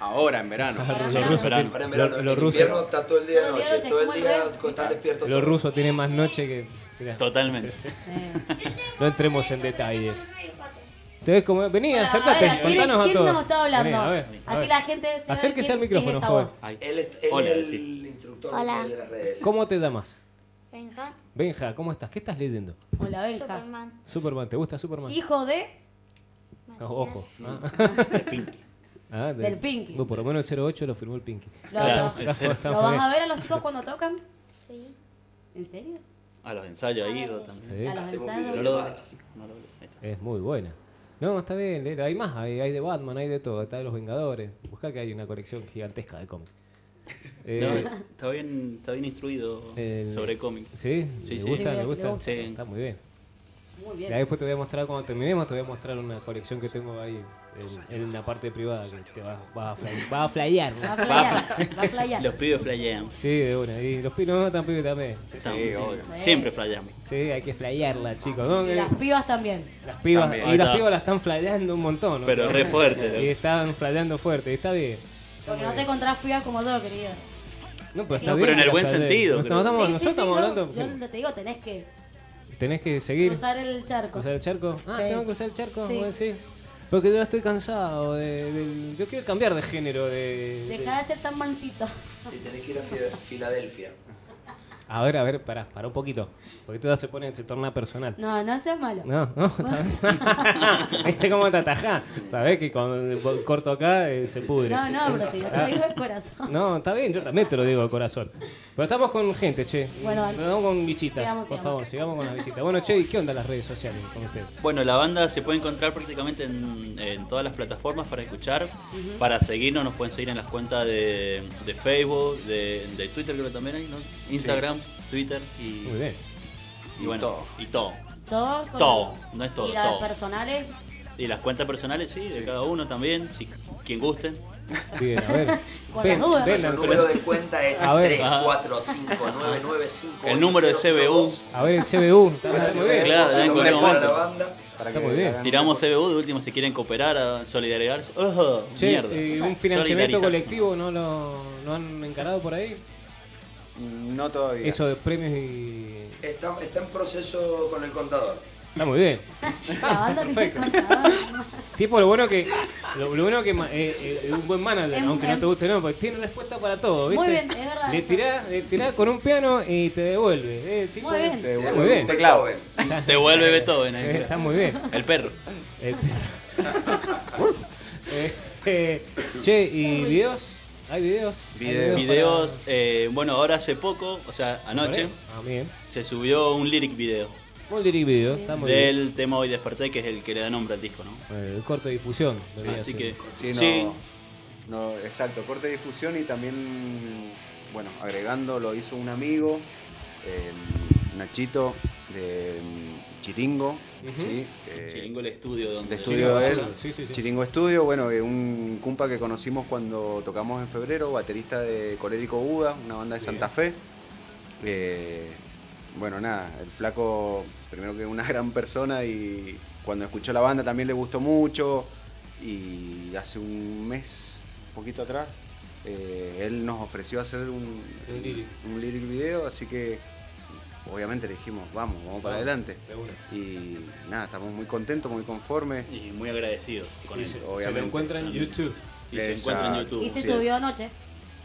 G: Ahora, en verano.
I: Ahora
H: Los
I: en
H: rusos,
J: verano.
H: tienen-
F: Ahora en
H: los-
F: verano,
H: los
F: en
H: rusos-
F: invierno está todo el día de
I: Todo el día
F: noche,
I: de noche,
F: todo el
I: como el
F: día
I: rey.
F: co- están despiertos.
H: los
F: todos.
H: rusos tienen más noche que. mirá,
J: Totalmente.
I: Sí.
H: no entremos en detalles. Entonces, como. Vení,
I: Bueno,
H: acércate,
I: a ver, ¿quién,
H: contanos a
I: quién
H: todos.
I: nos está hablando?
H: Vení, a ver, a
I: Así
H: ver.
I: la gente se
H: Acérquese al micrófono,
I: esa
H: joven.
I: voz.
J: Ay.
F: Él es, él
J: Hola,
F: es el
J: sí.
F: instructor
L: Hola.
F: de las redes.
H: ¿Cómo te llamas?
L: Venga,
H: Benja, ¿cómo estás? ¿Qué estás leyendo?
I: Hola, Benja.
L: Superman.
H: Superman, ¿te gusta Superman?
I: Hijo de...
H: Ah,
L: Matías.
H: Ojo. Ah. Ah,
I: Del Pinky.
H: Bueno, por lo menos el 08 lo firmó el Pinky.
I: Lo,
J: Claro,
I: lo-
J: en serio.
H: Está
I: ¿lo
H: bien.
I: vas a ver a los chicos cuando tocan?
L: Sí.
I: ¿En serio?
J: A Ah, los ensayos ahí o también.
H: Sí,
I: A los
F: Hacemos
I: ensayos.
J: No lo ves. No lo ves. Ahí está.
H: es muy buena. No, está bien, leer. hay más, hay, hay de Batman, hay de todo, está de los Vengadores. Busca que hay una colección gigantesca de cómics. Eh,
J: No, está, bien, está bien instruido
H: el-
J: sobre cómic.
H: ¿Sí?
J: Sí,
H: ¿Le
J: sí.
H: gusta? ¿Le
I: Sí, le
H: gusta?
I: gusta.
J: Sí.
H: Está muy bien.
I: Muy
H: Y
I: bien.
H: ahí después te voy a mostrar, cuando terminemos, te voy a mostrar una colección que tengo ahí en, en la parte privada que te vas, vas a fly- vas a flyar.
I: Va a flayar, va a flayar.
J: Los pibes flayean.
H: Sí, de una. Y los pinos no, tan pibes también.
J: Estamos- Siempre flayeamos.
H: Sí, hay que flyarla, chicos. ¿no?
I: Y las pibas también.
H: Las pibas,
J: También.
H: y
J: Ahí
H: las
J: está.
H: pibas la están flayando un montón. ¿no?
J: Pero re fuerte, ¿no?
H: Y están flayando fuerte, y está bien.
I: Porque no te encontrás pibas como yo, querido.
H: No, pero está
I: No,
H: bien.
I: pero en el
H: que
J: buen
H: flayee.
J: sentido,
H: Nos-
J: creo.
H: nos estamos-
I: Sí,
H: nosotros
I: sí, sí,
H: estamos
I: no,
H: hablando.
I: Yo te digo, tenés que
H: Tenés que seguir.
I: cruzar el charco.
H: Cruzar el charco. Ah,
I: Sí.
H: tengo que cruzar el charco,
I: Sí.
H: vos decís. Porque yo estoy cansado de, del- Yo quiero cambiar de género. De, de-
I: Dejá de ser tan mansito.
F: Y tenés que ir a Fi- Filadelfia.
H: A ver, a ver, para, para un poquito. Porque todo se pone, se torna personal.
I: No, no seas malo.
H: No, no, está bien. ¿Viste cómo te atajás? Sabés que cuando corto acá eh, se pudre.
I: No, no, pero si yo te lo digo el corazón.
H: No, está bien, yo también te lo digo de corazón. Pero estamos con gente, che.
I: Bueno, dale.
H: Estamos con visitas,
I: Sigamos,
H: por
I: sigamos.
H: favor, sigamos con las visitas. Bueno, che, ¿y qué onda las redes sociales con ustedes?
J: Bueno, la banda se puede encontrar prácticamente en, en todas las plataformas para escuchar. Para seguirnos, nos pueden seguir en las cuentas de, de Facebook, de, de Twitter, creo que también hay, ¿no? Instagram, Twitter y,
H: Muy bien.
J: y bueno, y todo.
I: Todo. con-
J: Todo, no es todo,
I: Y las
J: todo.
I: personales.
J: Y las cuentas personales, sí, de cada uno también, si quien guste.
H: Bien, a ver.
I: Con las dudas.
H: vendan-
F: El número de cuenta es
H: A ver.
F: 345995.
J: El número de CBU.
H: a ver el CBU. Está muy bien.
J: Claro, ya en
G: Nombre
J: cualquier
F: Para
G: de
F: la
J: momento.
F: banda.
G: Para
H: Está muy bien.
G: hagan-
J: Tiramos CBU de último si quieren cooperar, a solidarizarse. ¡Ojo!
H: Che,
J: mierda.
H: eh, un financiamiento
J: Solidarizarse.
H: colectivo no lo no han encarado por ahí.
G: No todavía.
H: Eso de premios y.
F: Está, está en proceso con el contador.
H: Está muy bien.
I: La banda tiene
H: perfecto.
I: contador.
H: Tipo, lo bueno que. Lo, lo bueno que ma- eh, eh, es un buen manager,
I: Em-
H: aunque no
I: em-
H: te guste, no, porque tiene respuesta para todo, ¿viste?
I: Muy bien, es verdad
H: Le
I: eso.
H: tirás, le tirás con un piano y te devuelve. eh, tipo,
I: Muy bien.
G: Te
H: Está
G: devuelve
H: muy bien.
G: un teclado.
J: Devuelve Beethoven. ahí.
H: Eh, Está muy bien.
J: El perro.
H: El- Eh, eh, che, ¿y videos? ¿Hay videos? ¿Hay
G: Videos.
J: Videos, eh, bueno, ahora hace poco, o sea,
H: para-
J: anoche,
H: Ah, bien.
J: se subió un lyric video
H: Un lyric video, está muy bien.
J: del tema Hoy Desperté, que es el que le da nombre al disco, ¿no?
H: Eh, corto de difusión. debería
J: Así
H: ser.
J: que,
G: Sí, no,
J: sí,
G: no, exacto, corte de difusión y también, bueno, agregando, lo hizo un amigo, eh, Nachito de mm, Chiringo. ¿sí? Eh,
J: Chiringo el estudio donde
G: de estudio de él.
J: Sí, sí, sí.
G: Chiringo Estudio, bueno, eh, un cumpa que conocimos cuando tocamos en febrero, baterista de Colérico Buda, una banda de Santa Fe. Eh, bueno, nada, el flaco, primero que una gran persona y cuando escuchó la banda también le gustó mucho y hace un mes, un poquito atrás, eh, él nos ofreció hacer un,
H: Un lyric.
G: un lyric video, así que obviamente le dijimos, vamos, vamos para
J: Vamos,
G: adelante.
J: de una.
G: Y nada, estamos muy contentos, muy conformes.
J: Y muy agradecidos con él.
G: obviamente.
J: Y se encuentra en
G: Exacto.
J: YouTube.
I: Y se
G: Sí.
I: subió anoche.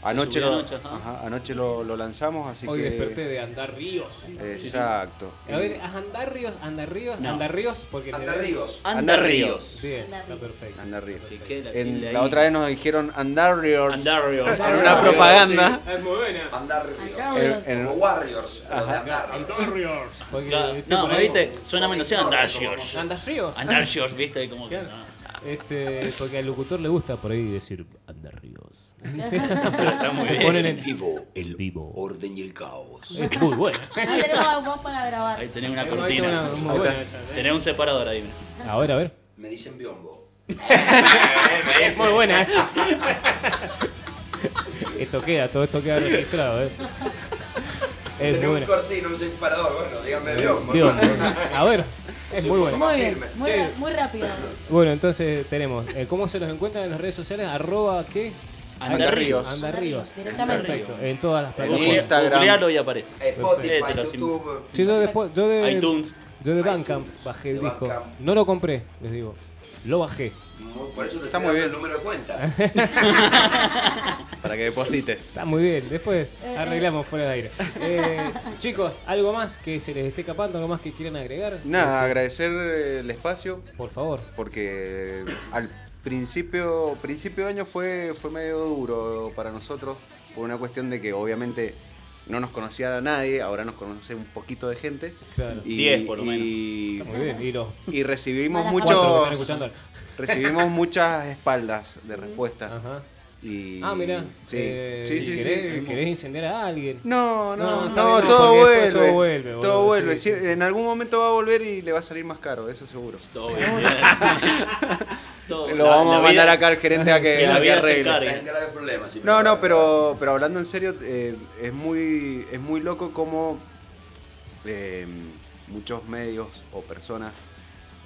G: Anoche,
J: Se
G: lo,
J: subió anoche, ajá.
G: ajá, anoche lo, lo lanzamos, así
H: Hoy
G: que...
H: desperté de andar ríos.
G: Exacto.
H: A ver, haz andar ríos, andar ríos,
G: No.
H: andar ríos, porque
F: Andar ríos.
G: Andar ríos.
H: Bien, está perfecto.
G: Andar ríos.
J: queda
G: En-
J: tilde
G: la
J: ahí.
G: otra vez nos dijeron Andar Ríos.
J: Andar Ríos.
G: En una propaganda.
H: Es muy buena.
F: Andar
G: En-
F: ríos.
G: en-
F: Como Warriors. los de
G: Ajá.
F: Andar ríos.
H: Andar ríos. Porque
J: Claro,
H: estoy
J: No,
H: por
J: me
H: ahí.
J: viste, suena menos andar George.
H: Andar ríos.
J: Andar George, viste, como que.
H: Claro. Este, porque al locutor le gusta por ahí decir andar ríos.
J: está muy
H: Se
J: bien.
H: ponen en
E: vivo, el
H: vivo.
E: orden y el caos.
H: Es muy bueno.
I: Ahí tenemos a vos para grabar.
J: Ahí tenés una
H: Ahí tenés
J: cortina.
H: una- muy buena
J: Ahí está.
H: esa, ¿eh?
J: Tenés un separador ahí. mira.
H: A ver, a ver.
F: Me dicen biombo.
H: Es muy buena esa. Esto queda, todo esto queda registrado, ¿eh? Es
F: Tenés
H: muy
F: un
H: buena.
F: cortino, un separador. Bueno, díganme biombo.
H: Digo, a ver, es
F: Sí,
H: muy
F: por
H: buena.
F: favor.
I: Muy bien,
F: Firme.
I: muy,
F: Sí.
I: ra- muy rápido.
H: Bueno, entonces tenemos, eh, ¿cómo se los encuentran en las redes sociales? Arroba qué?
G: Andarríos.
H: Andarríos.
I: Directamente.
H: Perfecto. En todas las
G: En
H: plataformas.
G: Instagram.
J: Googlealo y aparece.
F: Spotify,
G: Este,
J: Eh, te lo sim-
F: YouTube.
H: Sí, yo después, yo de,
J: iTunes.
H: yo de Bandcamp bajé el
F: de
H: disco.
F: Bandcamp.
H: No lo compré, les digo. Lo bajé.
F: Muy- Por eso te
G: Está
F: estoy
G: muy
F: dando
G: bien.
F: el número de cuenta.
G: Para que deposites.
H: Está muy bien, después
I: Eh, eh.
H: arreglamos fuera de aire. Eh, chicos, ¿algo más que se les esté escapando? ¿Algo más que quieran agregar? Este,
G: Nada, agradecer eh, el espacio
H: Por favor.
G: porque al principio, principio de año fue, fue medio duro para nosotros por una cuestión de que obviamente no nos conocía nadie, ahora nos conoce un poquito de gente.
H: Claro.
G: Y-
J: Diez, por lo menos.
G: Y,
H: Muy bien, y los
G: y recibimos
I: Malas
H: cuatro que están
G: muchos,
H: escuchando.
G: recibimos muchas espaldas de respuesta.
H: Ajá.
G: Y,
H: Ah, mira.
G: Sí,
H: eh, si
G: sí, sí, sí.
H: querés, querés incendiar a alguien.
G: No, no,
H: No,
G: no,
H: está bien,
G: todo,
H: porque
G: vuelve,
H: después todo
G: todo
H: vuelve,
G: vuelve.
H: boludo, sí,
G: Sie-
H: sí, sí.
G: En algún momento va a volver y le va a salir más caro, eso seguro.
J: Todo bien. Todo-
G: Lo
J: la-
G: vamos
J: la
G: a mandar
J: vida-
G: acá al gerente a que,
J: que la
G: a que
J: vida se
G: arregle.
J: encargue.
F: Está en grave problema. si
G: No,
F: me-
G: no, pero, pero hablando en serio, eh, es, muy, es muy loco cómo eh, muchos medios o personas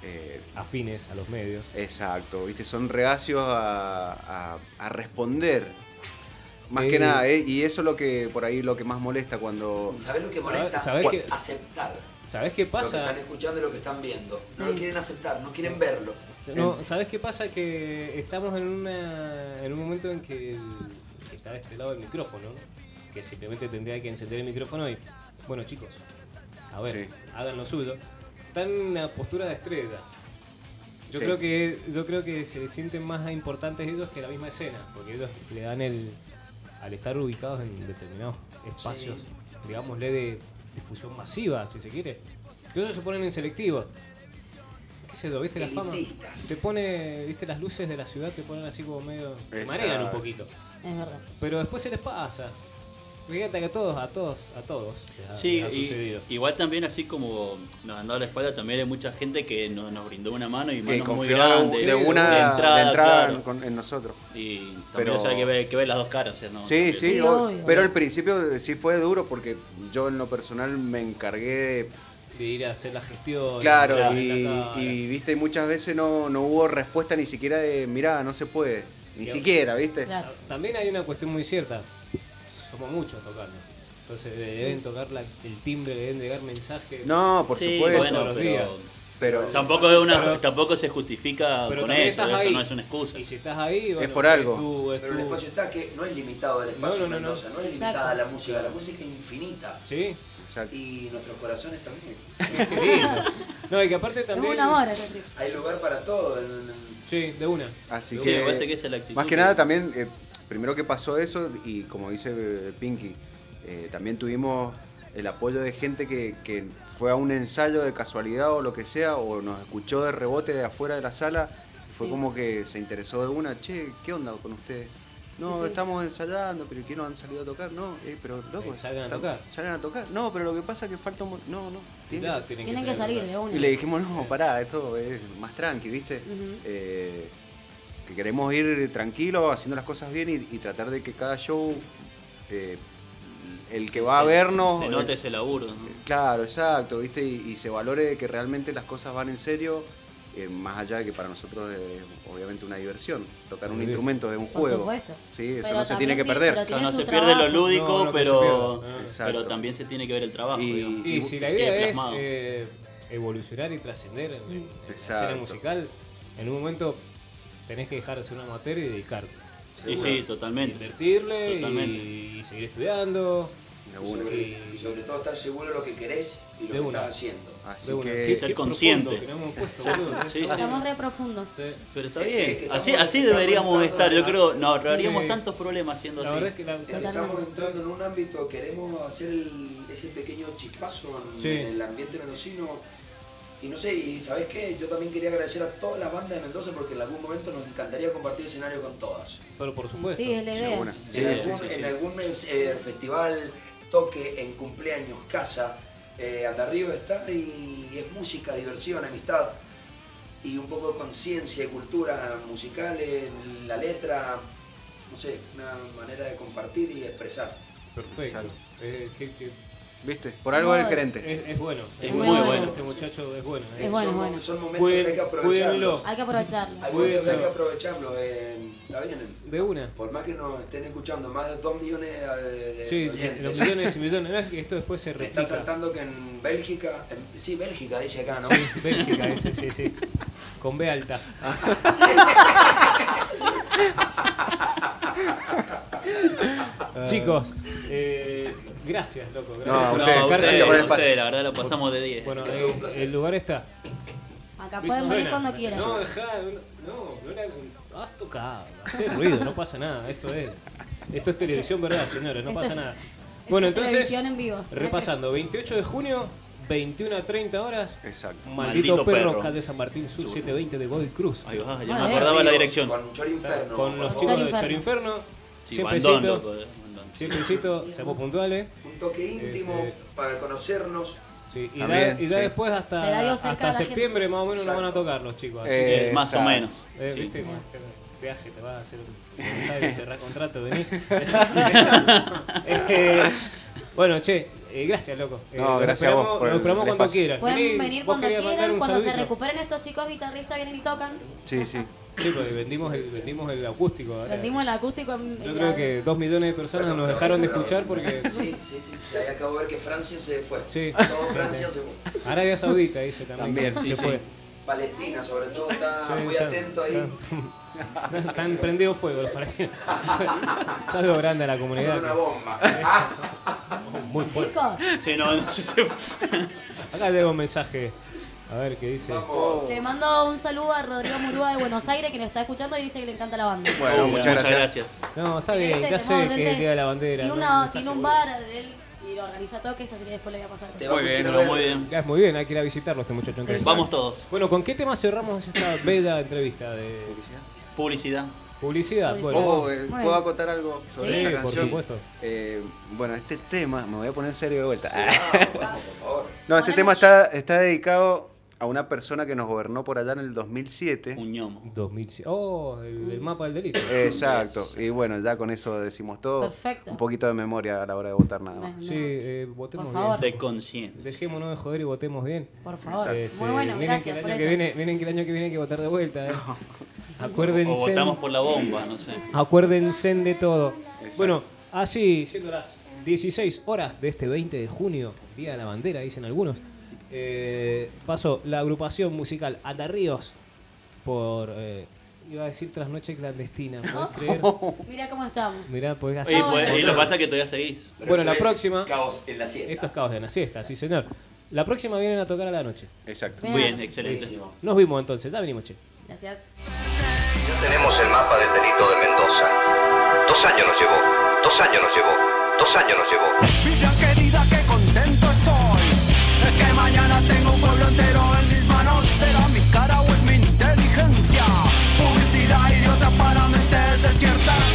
G: eh,
H: Afines a los medios.
G: Exacto, viste, son reacios a, a- a responder. Más
H: Eh.
G: que nada, eh, y eso es lo que por ahí lo que más molesta cuando.
F: ¿Sabés lo que
H: ¿Sabés-
F: molesta?
H: sabés
F: Es
H: que-
F: aceptar
H: ¿Sabés qué
F: lo que
H: pasa?
F: están escuchando y lo que están viendo. No lo quieren aceptar, no quieren verlo.
H: No, ¿Sabés qué pasa? Que estamos en, una, en un momento en que el- que está de este lado el micrófono, que simplemente tendría que encender el micrófono y, bueno chicos, a ver,
G: Sí.
H: hagan lo suyo. Están en una postura de estrella. Yo
G: Sí.
H: creo que yo creo que se sienten más importantes ellos que la misma escena, porque ellos le dan el al estar ubicados en determinados espacios, digámosle de difusión masiva, si se quiere. Que ellos se ponen en selectivo. ¿Qué sé yo? ¿Viste la fama?
F: Elitistas.
H: Te pone, ¿viste las luces de la ciudad? Te ponen así como medio te marean un
G: Exacto.
H: poquito.
I: Es verdad.
H: Pero después se les pasa. Fíjate que a todos, a todos, a todos. les ha-
J: Sí,
H: les Ah, ha
J: y-
H: sucedido.
J: igual también así como nos han dado la espalda, también hay mucha gente que nos, nos brindó una mano y
G: que
J: manos muy
G: confió
J: grandes.
G: de una de entrada,
J: claro.
G: con- en nosotros.
J: Y también
G: Pero-
J: o sea, hay que ver, que ver las dos caras. o sea, no-
G: sí,
J: no-
G: sí,
I: Sí,
G: o-
I: obvio.
G: pero al principio sí fue duro porque yo en lo personal me encargué de.
H: De ir a hacer la gestión.
G: Claro,
H: de
G: y,
H: la cara.
G: y, viste, muchas veces no, no hubo respuesta ni siquiera de, mirá, no se puede. Ni
H: Claro.
G: siquiera, viste.
I: Claro.
H: También hay una cuestión muy cierta. Somos muchos tocando. Entonces le deben tocar la- el timbre, le deben llegar mensajes.
G: No, por
J: Sí,
G: supuesto.
J: bueno,
H: Todos los días.
J: pero
G: pero
J: tampoco, es una,
H: Pero-
J: tampoco se justifica
H: Pero
J: con
H: también
J: eso,
H: estás
J: eso
H: ahí.
J: no es una excusa.
H: Y si estás ahí, bueno,
G: por algo.
H: tú- es
F: Pero el
H: tu-
F: espacio está que no es limitado el espacio
H: No,
F: no,
H: no, no, no.
F: no, es
I: Exacto.
F: limitada la música, la música es infinita.
H: Sí.
G: Exacto.
F: Y nuestros corazones también.
H: No, y que aparte
I: Es
H: también.
I: un amor, eso sí.
F: Hay lugar para todo. en- en-
H: Sí, de una.
G: Así
J: Sí,
G: que,
J: me parece que esa es la actitud
G: Más que
J: que-
G: nada también, eh, primero que pasó eso y como dice eh, Pinky, eh, también tuvimos el apoyo de gente que, que fue a un ensayo de casualidad o lo que sea, o nos escuchó de rebote de afuera de la sala, y fue
I: Sí.
G: como que se interesó de una, che, ¿qué onda con ustedes? No,
F: Sí, sí.
G: estamos ensayando, pero ¿qué no han salido a tocar? No, eh, pero loco,
F: salgan a
G: están-
F: tocar.
G: Salgan a tocar. No, pero lo que pasa es que falta un mon- No, no. tiene
F: Claro,
G: sa-
F: tienen que Tienen que salir a salir tocar. de una.
G: Y le dijimos, no, pará, esto es más tranqui, ¿viste?
F: Ujú.
G: Eh, que queremos ir tranquilo, haciendo las cosas bien y, y tratar de que cada show, eh, el que va a
J: se-
G: vernos... eh,
J: Se nota ese laburo. ¿no?
G: Claro, exacto, ¿viste? Y, y se valore que realmente las cosas van en serio, eh, más allá de que para nosotros es obviamente una diversión. Tocar un
J: Muy bien.
G: instrumento es un
J: Por
G: juego.
J: supuesto.
G: Sí, eso
J: Pero
G: no se
J: también
G: tiene que
J: ti-
G: perder.
J: pero tiene No, no su se pierde lo trabajo. lúdico, pero- pero también se tiene que ver el trabajo. digamos.
H: Y, si la
J: Quede
H: idea es
J: plasmado.
H: eh, evolucionar y trascender en, en la escena
J: Exacto.
H: musical, en un momento tenés que dejar de ser una amateur y dedicarte.
J: Y
H: Seguro.
J: sí, totalmente.
H: Invertirle
J: Totalmente.
H: y, seguir estudiando.
F: Y sobre, y sobre todo estar seguro de lo que querés y lo
H: De
F: que
H: una. Ah.
F: estás haciendo.
G: Así
H: De una.
G: que-
H: Sí,
J: ser
H: qué
J: consciente.
H: profundo que no hemos puesto,
J: Ser-
H: boludo. ¿eh?
J: sí, sí.
I: Estamos re profundos.
J: Pero está
F: Es que- es que
J: bien.
F: estamos-
J: Así, así
F: estamos
J: deberíamos
F: entrando
J: estar. Yo
F: en la-
J: creo, nos ahorraríamos
F: Sí.
J: tantos problemas haciendo así.
F: Es que Este, estamos entrando en un ámbito, queremos hacer el- ese pequeño chispazo en,
J: Sí.
F: en el ambiente mendocino. Y no sé, y ¿sabés qué? Yo también quería agradecer a todas las bandas de Mendoza porque en algún momento nos encantaría compartir escenario con todas.
H: Pero por supuesto.
I: Sí, es la idea.
F: En algún, en algún, eh, festival, toque, en cumpleaños, casa, eh, Andarrío está y es música, diversión, amistad y un poco de conciencia y cultura musical en la letra, no sé, una manera de compartir y expresar.
H: Perfecto. Eh, qué- qué-
G: ¿Viste? Por algo
H: es
G: es gerente.
H: Es, bueno.
G: Es
F: muy bueno.
H: Este muchacho es bueno. eh.
F: Eh, son, mo- son momentos que hay que
H: Cuídenlo.
F: aprovecharlos.
I: Hay que aprovecharlos.
F: Hay momentos que hay que
H: Cuídenlo.
F: aprovecharlos. eh, ¿está bien?
H: De una.
F: Por más que nos estén escuchando, más de 2 millones eh, de, de
J: Eh,
H: Sí,
F: oyentes.
H: los millones y millones. no es que esto después se
F: Me está
H: replica.
F: saltando que en Bélgica, en- sí, Bélgica dice acá, ¿no?
H: Sí, Bélgica, ese, sí, sí. Con B alta. Chicos, eh, gracias, loco. Gracias
J: No, a ustedes,
H: bancarse.
J: gracias por el espacio. ustedes, la verdad, la pasamos de 10.
H: Bueno,
J: Fue
H: eh,
J: un placer.
H: el lugar está.
I: Acá pueden venir
H: Suena.
I: cuando quieran. Este,
H: No, dejá, no, no era- has tocado, hace ruido, no pasa nada. Esto es, esto es televisión, ¿verdad, señores? No
I: Esto-
H: pasa nada. Bueno,
I: esto es
H: entonces,
I: televisión en vivo.
H: repasando, 28 de junio, 21 a 30 horas.
G: Exacto.
H: Maldito,
J: Maldito
H: perro,
J: perro.
H: calle San Martín Sur 720 de Godoy Cruz.
J: Ahí va, ya me Bueno, acordaba eh. la dirección.
F: Con Chor Inferno,
H: Con los
F: por
H: chicos
F: favor.
H: de Chor Inferno.
J: Sí,
H: Siemprecitos.
J: bandón, loco, eh, bandón.
H: Siemprecitos, seamos puntuales.
F: Un toque íntimo
H: Este-
F: para conocernos.
H: Sí, Y ya, y ya después hasta, hasta septiembre más o menos no van a tocar los chicos. así
J: Eh,
H: que-
J: más o menos.
H: Eh,
J: Sí.
H: ¿viste?
J: Bueno.
H: Este viaje te va a hacer ¿sabes? cerrar contrato, vení. Eh, bueno, che, eh, gracias, loco. Eh,
G: No,
H: nos
G: gracias a vos
H: esperamos-
G: por
H: Nos
G: el-
H: esperamos
G: el
H: cuando
G: espacio.
H: quieras.
I: Pueden
H: Vení,
I: venir
H: vos
I: cuando
H: querías mandar
I: quieran,
H: un
I: cuando se
H: saludito.
I: recuperen estos chicos guitarristas vienen y tocan.
G: Sí, sí.
H: Sí, porque vendimos el, vendimos el acústico. ahora.
I: Rendimos el acústico en
H: Yo
I: en
H: creo
I: la-
H: que dos millones de personas nos dejaron de
F: pero-
H: escuchar porque...
F: Sí, sí, sí, sí, ahí acabo de ver que Francia se fue.
H: Sí.
F: Todo Francia se fue.
H: Arabia Saudita dice también.
G: También,
H: se
G: sí,
H: fue.
F: Palestina, sobre todo, está
H: Sí,
F: muy
H: está-
F: atento ahí.
H: está- Están prendidos fuego los palestinos. Saludo grande a la comunidad.
F: Son una bomba.
H: Muy fuerte.
J: Sí, no, no, sí, sí.
H: Acá tengo un mensaje. A ver qué dice.
I: Le mando un saludo a Rodrigo Murúa de Buenos Aires que nos está escuchando y dice que le encanta la banda.
H: Bueno,
J: Uy,
H: muchas gracias. No, está bien,
I: Este,
H: ya
I: tenemos
H: sé que es
I: oyentes.
H: el día de la bandera.
I: Tiene,
H: ¿no?
I: una- tiene un bar él y lo organiza toques, así que después le voy a pasar.
J: muy bien.
H: Ya Es muy bien, hay que ir a visitarlo este muchacho. entonces.
J: Vamos todos.
H: Bueno, ¿con qué tema cerramos esta bella entrevista de
J: Publicidad.
H: publicidad? Bueno,
G: Oh,
H: vamos.
G: eh, ¿Puedo acotar algo sobre
H: Sí,
G: esa
H: por
G: canción?
H: supuesto.
G: Eh, bueno, este tema, me voy a poner serio de vuelta. Ah.
F: por favor.
G: no, este tema está, está dedicado a una persona que nos gobernó por allá en el 2007.
J: Un ñomo.
H: 2007. Oh, el,
I: Mm.
H: el mapa del delito.
G: Exacto. Y bueno, ya con eso decimos todo.
H: Perfecto.
G: Un poquito de memoria a la hora de votar nada más.
H: Sí, eh, votemos
I: Por favor.
H: bien.
J: De conciencia.
H: Dejémonos de joder y votemos bien. Este,
I: Por favor. Muy bueno,
H: miren
I: gracias
H: que el
I: por
H: año que
I: eso.
H: viene, miren que el año que viene hay que votar de vuelta. eh. Acuérdense.
J: O votamos por la bomba, no sé.
H: Acuérdense de todo. Bueno, así siendo las 16 horas de este 20 de junio, Día de la Bandera, dicen algunos, eh, pasó la agrupación musical Atarríos por... eh, iba a decir trasnoche clandestina, ¿podés creer?
I: Mira cómo estamos.
H: Mirá, podés
J: Oye,
H: hacer...
J: pues, y lo que pasa es que todavía seguís.
H: Bueno, la próxima...
F: Caos en la siesta.
H: Esto es caos de la siesta, sí señor. La próxima vienen a tocar a la noche.
G: Exacto.
J: Muy bien, excelente.
H: Nos vimos entonces, ya venimos, che.
I: Gracias.
C: Tenemos el mapa del delito de Mendoza. Dos años nos llevó, dos años nos llevó, dos años nos llevó.
D: Mira qué vida, qué contento estoy. Es que mañana tengo un pueblo entero en mis manos. Será mi cara o es mi inteligencia. Publicidad idiota para mentes desiertas.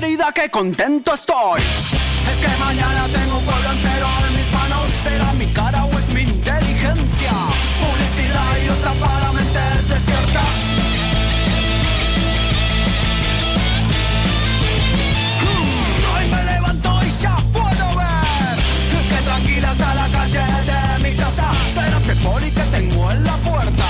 D: vida que contento estoy. Es que mañana tengo un pueblo entero en mis manos, será mi cara o es mi inteligencia. Publicidad y otra para mentes desiertas. Mm, Hoy me levanto y ya puedo ver que tranquila está la calle de mi casa. Será que poli que tengo en la puerta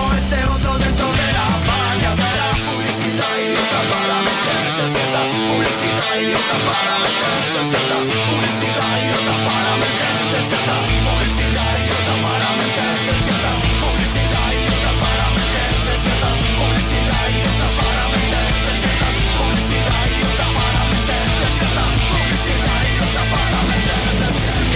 D: o este otro dentro de la bañadera. Publicidad y otra para mentes desiertas. Publicidad y otra para mentes desiertas. Publicidad y otra para mentes desiertas. Publicidad y otra para mentes desiertas. Publicidad y otra para mentes desiertas. Publicidad y otra para mentes desiertas. Publicidad y otra para mentes desiertas. Publicidad y otra para mentes desiertas.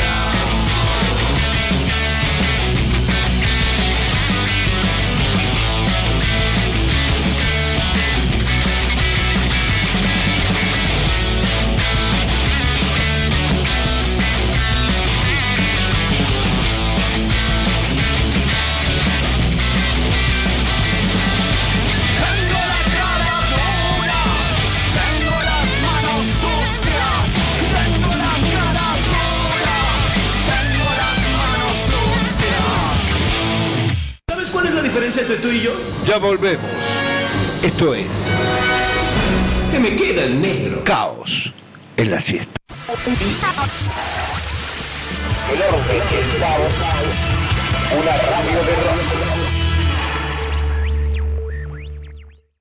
D: Tengo las manos sucias, tengo la cara dura, tengo las manos sucias.
A: ¿Sabes cuál es la diferencia entre tú y yo?
B: Ya volvemos. Esto es
A: Que me queda el negro.
B: Caos en la siesta.
D: El orden que está una radio de rock.